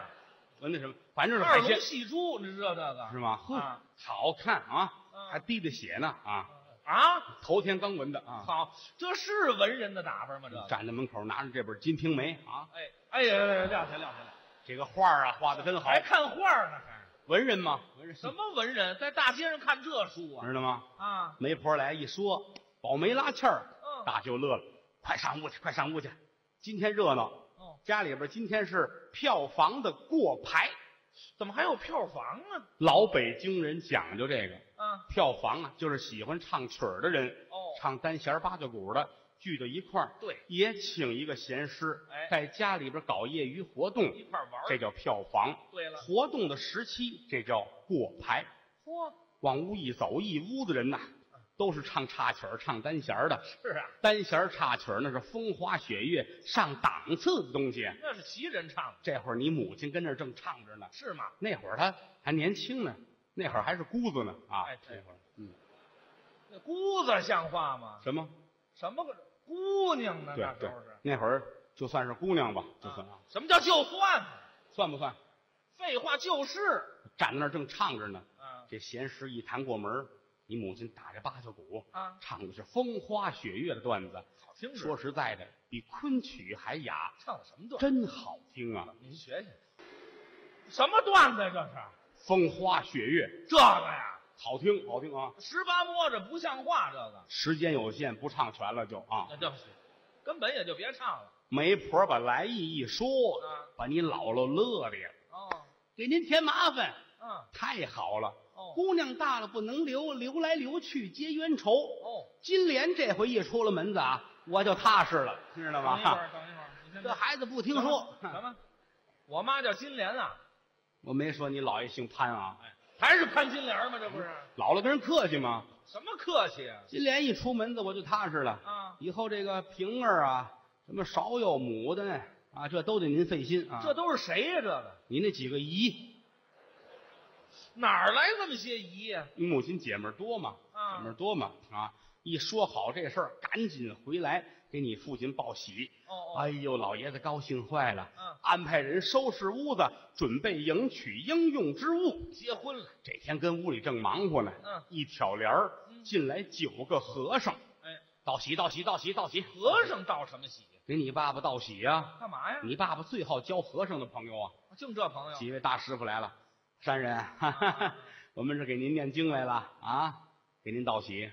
纹的什么，反正是
二
海
龙
鲜，
戏珠，你知道这个
是吗？呵
啊，
好看啊，
嗯
还滴着血呢啊，
啊？
头天刚纹的啊，
好，这是文人的打扮吗？这个
站在门口拿着这本《金瓶梅》啊，
哎哎呀，哎呀撂下撂下来，
这个画儿啊画的真好
还，看画呢，还
文人嘛，文人
什么文人在大街上看这书啊？
知道吗？
啊，
媒婆来一说，保媒拉气儿，
嗯
大舅乐了，快上屋去，快上屋去，今天热闹。
哦，
家里边今天是票房的过牌，
怎么还有票房啊？
老北京人讲究这个
啊，
票房啊，就是喜欢唱曲儿的人，
哦
唱单弦儿八九鼓的聚到一块儿，
对，
也请一个弦师，
哎
在家里边搞业余活动，
一块儿玩儿
这叫票房。
对了，
活动的时期，这叫过牌。
嚯，
往屋一走，一屋子人呐，都是唱插曲儿、唱单弦儿的，
是啊，
单弦儿插曲儿那是风花雪月、上档次的东西。
那是旗人唱的，
这会儿你母亲跟那儿正唱着呢，
是吗？
那会儿他还年轻呢，那会儿还是姑子呢啊。
哎对
那会儿，嗯，
那姑子像话吗？
什么？
什么个姑娘呢？
对
那
对
都是，
那会儿就算是姑娘吧，就算
啊，什么叫就算呢？
算不算？
废话就是
站在那儿正唱着呢，
啊
这弦师一弹过门儿，你母亲打着八九鼓，
啊，
唱的是风花雪月的段子。
好听着
说实在的，比昆曲还雅，
唱的什么段？
真好听啊！
您学学，什么段子呀这是？
风花雪月，
这个呀，
好听，好听啊！
十八摸着不像话，这个
时间有限，不唱全了就啊。
那对不起，根本也就别唱了
媒婆把来意一说，
啊
把你姥姥乐的呀，
哦，
给您添麻烦。
嗯，
太好了，
哦
姑娘大了不能留，留来留去皆冤仇。
哦，
金莲这回一出了门子啊，我就踏实了，知道
等一
吗？
会儿，等一会儿，你先
[LAUGHS] 这孩子不听说，
什么？我妈叫金莲啊，
[LAUGHS] 我没说你姥爷姓潘啊，
还是潘金莲吗？这不是
姥姥跟人客气嘛。
什么客气啊？
金莲一出门子我就踏实了，
啊，
以后这个平儿啊，什么芍药、牡丹啊，这都得您费心啊。
这都是谁呀？这个
你那几个姨，
哪儿来这么些姨呀？
你母亲姐们儿多嘛，
啊
姐们儿多嘛啊！一说好这事儿，赶紧回来给你父亲报喜。
哦
哎
哦，
呦，老爷子高兴坏了，
嗯
安排人收拾屋子，准备迎娶应用之物。
结婚了，
这天跟屋里正忙活呢，
嗯
一挑帘儿
嗯
进来九个和尚，
哎，
道喜道喜道喜道喜，
和尚道什么喜？
给你爸爸道喜啊！
干嘛呀？
你爸爸最好交和尚的朋友啊！
净这朋友
几位大师傅来了，山人，哈哈，我们是给您念经来了啊，给您道喜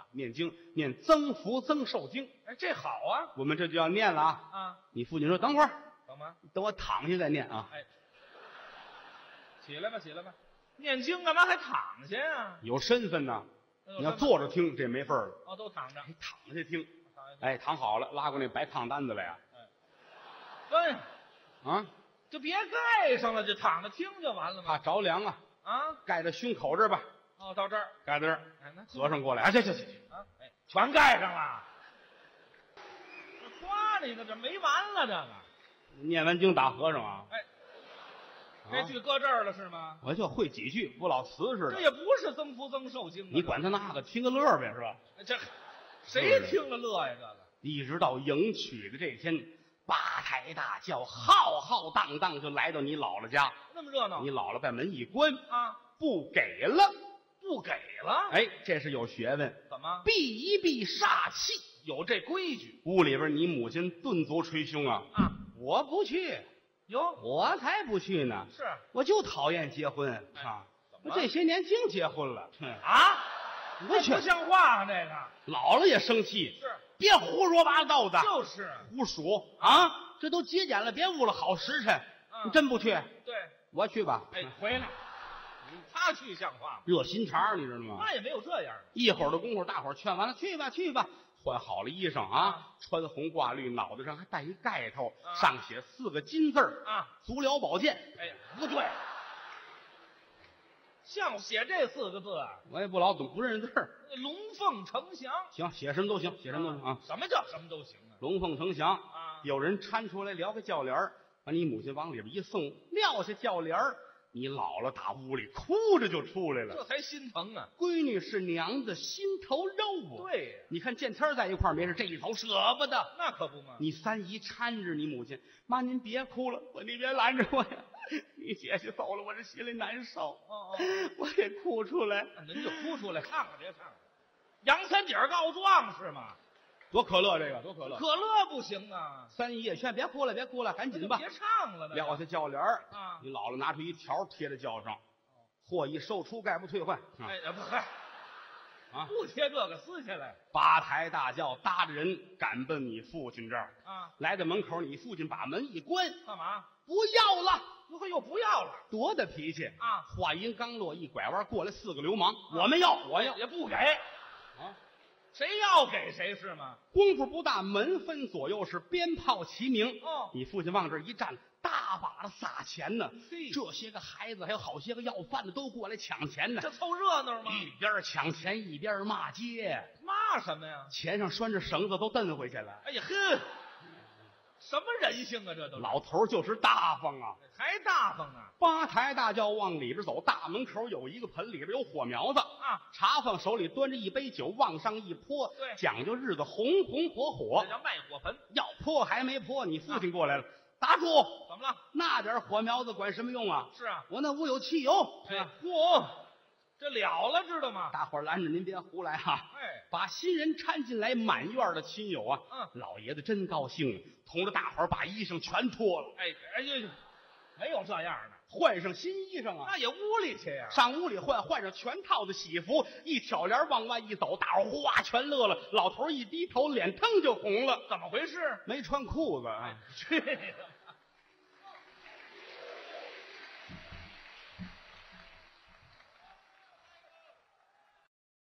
啊，，念经念增福增寿经，
哎，这好啊
我们这就要念了啊！
啊，
你父亲说等会儿，
懂吗？
等我躺下再念啊。
哎，起来吧，起来吧，念经干嘛还躺下呀、
有身份呐，
哎呦
你要坐着听这没份儿了，
哦，都躺着，
还躺下听。
躺下去。
哎，躺好了，拉过那白炕单子来啊！
哎，
啊，
就别盖上了，就躺着听就完了
怕
嘛。
着凉啊，
啊，
盖在胸口这儿吧，
哦，到这儿，
嘎噔儿，
哎，那
和尚过来，啊，去去去去，
啊，哎，全盖上了。夸你呢，这没完了，这
啊
个，
念完经打和尚啊，
哎，
啊
这句搁这儿了是吗？
我就会几句，不老词似
这
的。
也不是增福增寿经啊，
你管他那个，听个乐儿呗，是吧？
这个这谁听了乐呀？这个
一直到迎娶的这天，八抬大轿浩浩荡荡就来到你姥姥家，
那么热闹
你姥姥把门一关，
啊，
不给了。
不给了，
哎，这是有学问，
怎么？
避一避煞气，有这规矩。屋里边，你母亲顿足捶胸啊！
啊，
我不去，
哟，
我才不去呢！
是啊
我就讨厌结婚啊！
哎怎
我
么
这些年净结婚了，哼
啊？
你不啊
这
去，
不像话啊！这个
姥姥也生气，
是
别胡说八道的，
就是
胡说啊！这都节俭了，别误了好时辰。
嗯
你真不去？
对，
我去吧。
哎，回来，他去像话吗？
热心肠，你知道吗？
那也没有这样的，
一会儿的功夫，大伙儿劝完了，去吧，去吧。换好了衣裳
嗯
啊，穿红挂绿，脑袋上还戴一盖头，
啊
上写四个金字儿
啊，
足疗保健。
哎呀，
不对，
像写这四个字啊，
我也不老懂，不认识字儿。
龙凤呈祥，
行，写什么都行，写什么都行啊。
什么叫什么都行啊？
龙凤呈祥
啊
有人搀出来撩开轿帘儿，把你母亲往里边一送，撂下轿帘儿，你姥姥打屋里哭着就出来
这
了。
才心疼啊！
闺女是娘的心头肉啊。，
对呀，
你看见天儿在一块儿没事，这一头舍不得。
那可不嘛，
你三姨搀着你母亲，妈您别哭了，我你别拦着我呀，你姐姐走了，我这心里难受，
哦哦哦
我得哭出来，
您就哭出来看看，别看看，杨三姐儿告状是吗？
多可乐这个，多可乐。
可乐不行啊，
三姨也劝别哭了，别哭了，赶紧吧，
别唱了，那
撂下嗯轿帘儿
啊
你姥姥拿出一条贴在轿上，货已售出，概不退换。啊
哦哎，不嗨，
啊
不贴这个撕下来
八抬大轿搭着人赶奔你父亲这儿，
啊？
来到门口，你父亲把门一关，
干嘛？
不要了，
不会又不要了
多大脾气！
啊？
话音刚落，一拐弯过来四个流氓，我们要，我要
也不给，
啊！
谁要给谁是吗？
功夫不大，门分左右是鞭炮齐鸣。
哦
你父亲往这儿一站，大把的撒钱呢。
嘿
这些个孩子还有好些个要饭的都过来抢钱呢
这，凑热闹吗？
一边抢钱一边骂街，
骂什么呀？
钱上拴着绳子都蹬回去了。
哎呀哼，什么人性啊？这都是
老头儿就是大方啊！
还大方啊
八抬大轿往里边走，大门口有一个盆，里边有火苗子。
啊！
茶坊手里端着一杯酒，往上一泼，
对
讲究日子红红火火
这。叫卖火盆，
要泼还没泼，你
啊
父亲过来了，打住！
怎么了？
那点火苗子管什么用啊？
是啊，
我那屋有汽油。
哎，嚯，这了了，知道吗？
大伙儿拦着您别胡来啊！
哎，
把新人搀进来，满院的亲友啊，
嗯
老爷子真高兴，同着大伙儿把衣裳全脱了，
哎，哎呀，呀没有这样的，
换上新衣裳啊，
那也屋里去呀。
上屋里换，换上全套的喜服，一挑帘往外一走，大伙儿哗全乐了，老头儿一低头，脸腾就红了，
怎么回事？哎
没穿裤子啊，
去你的！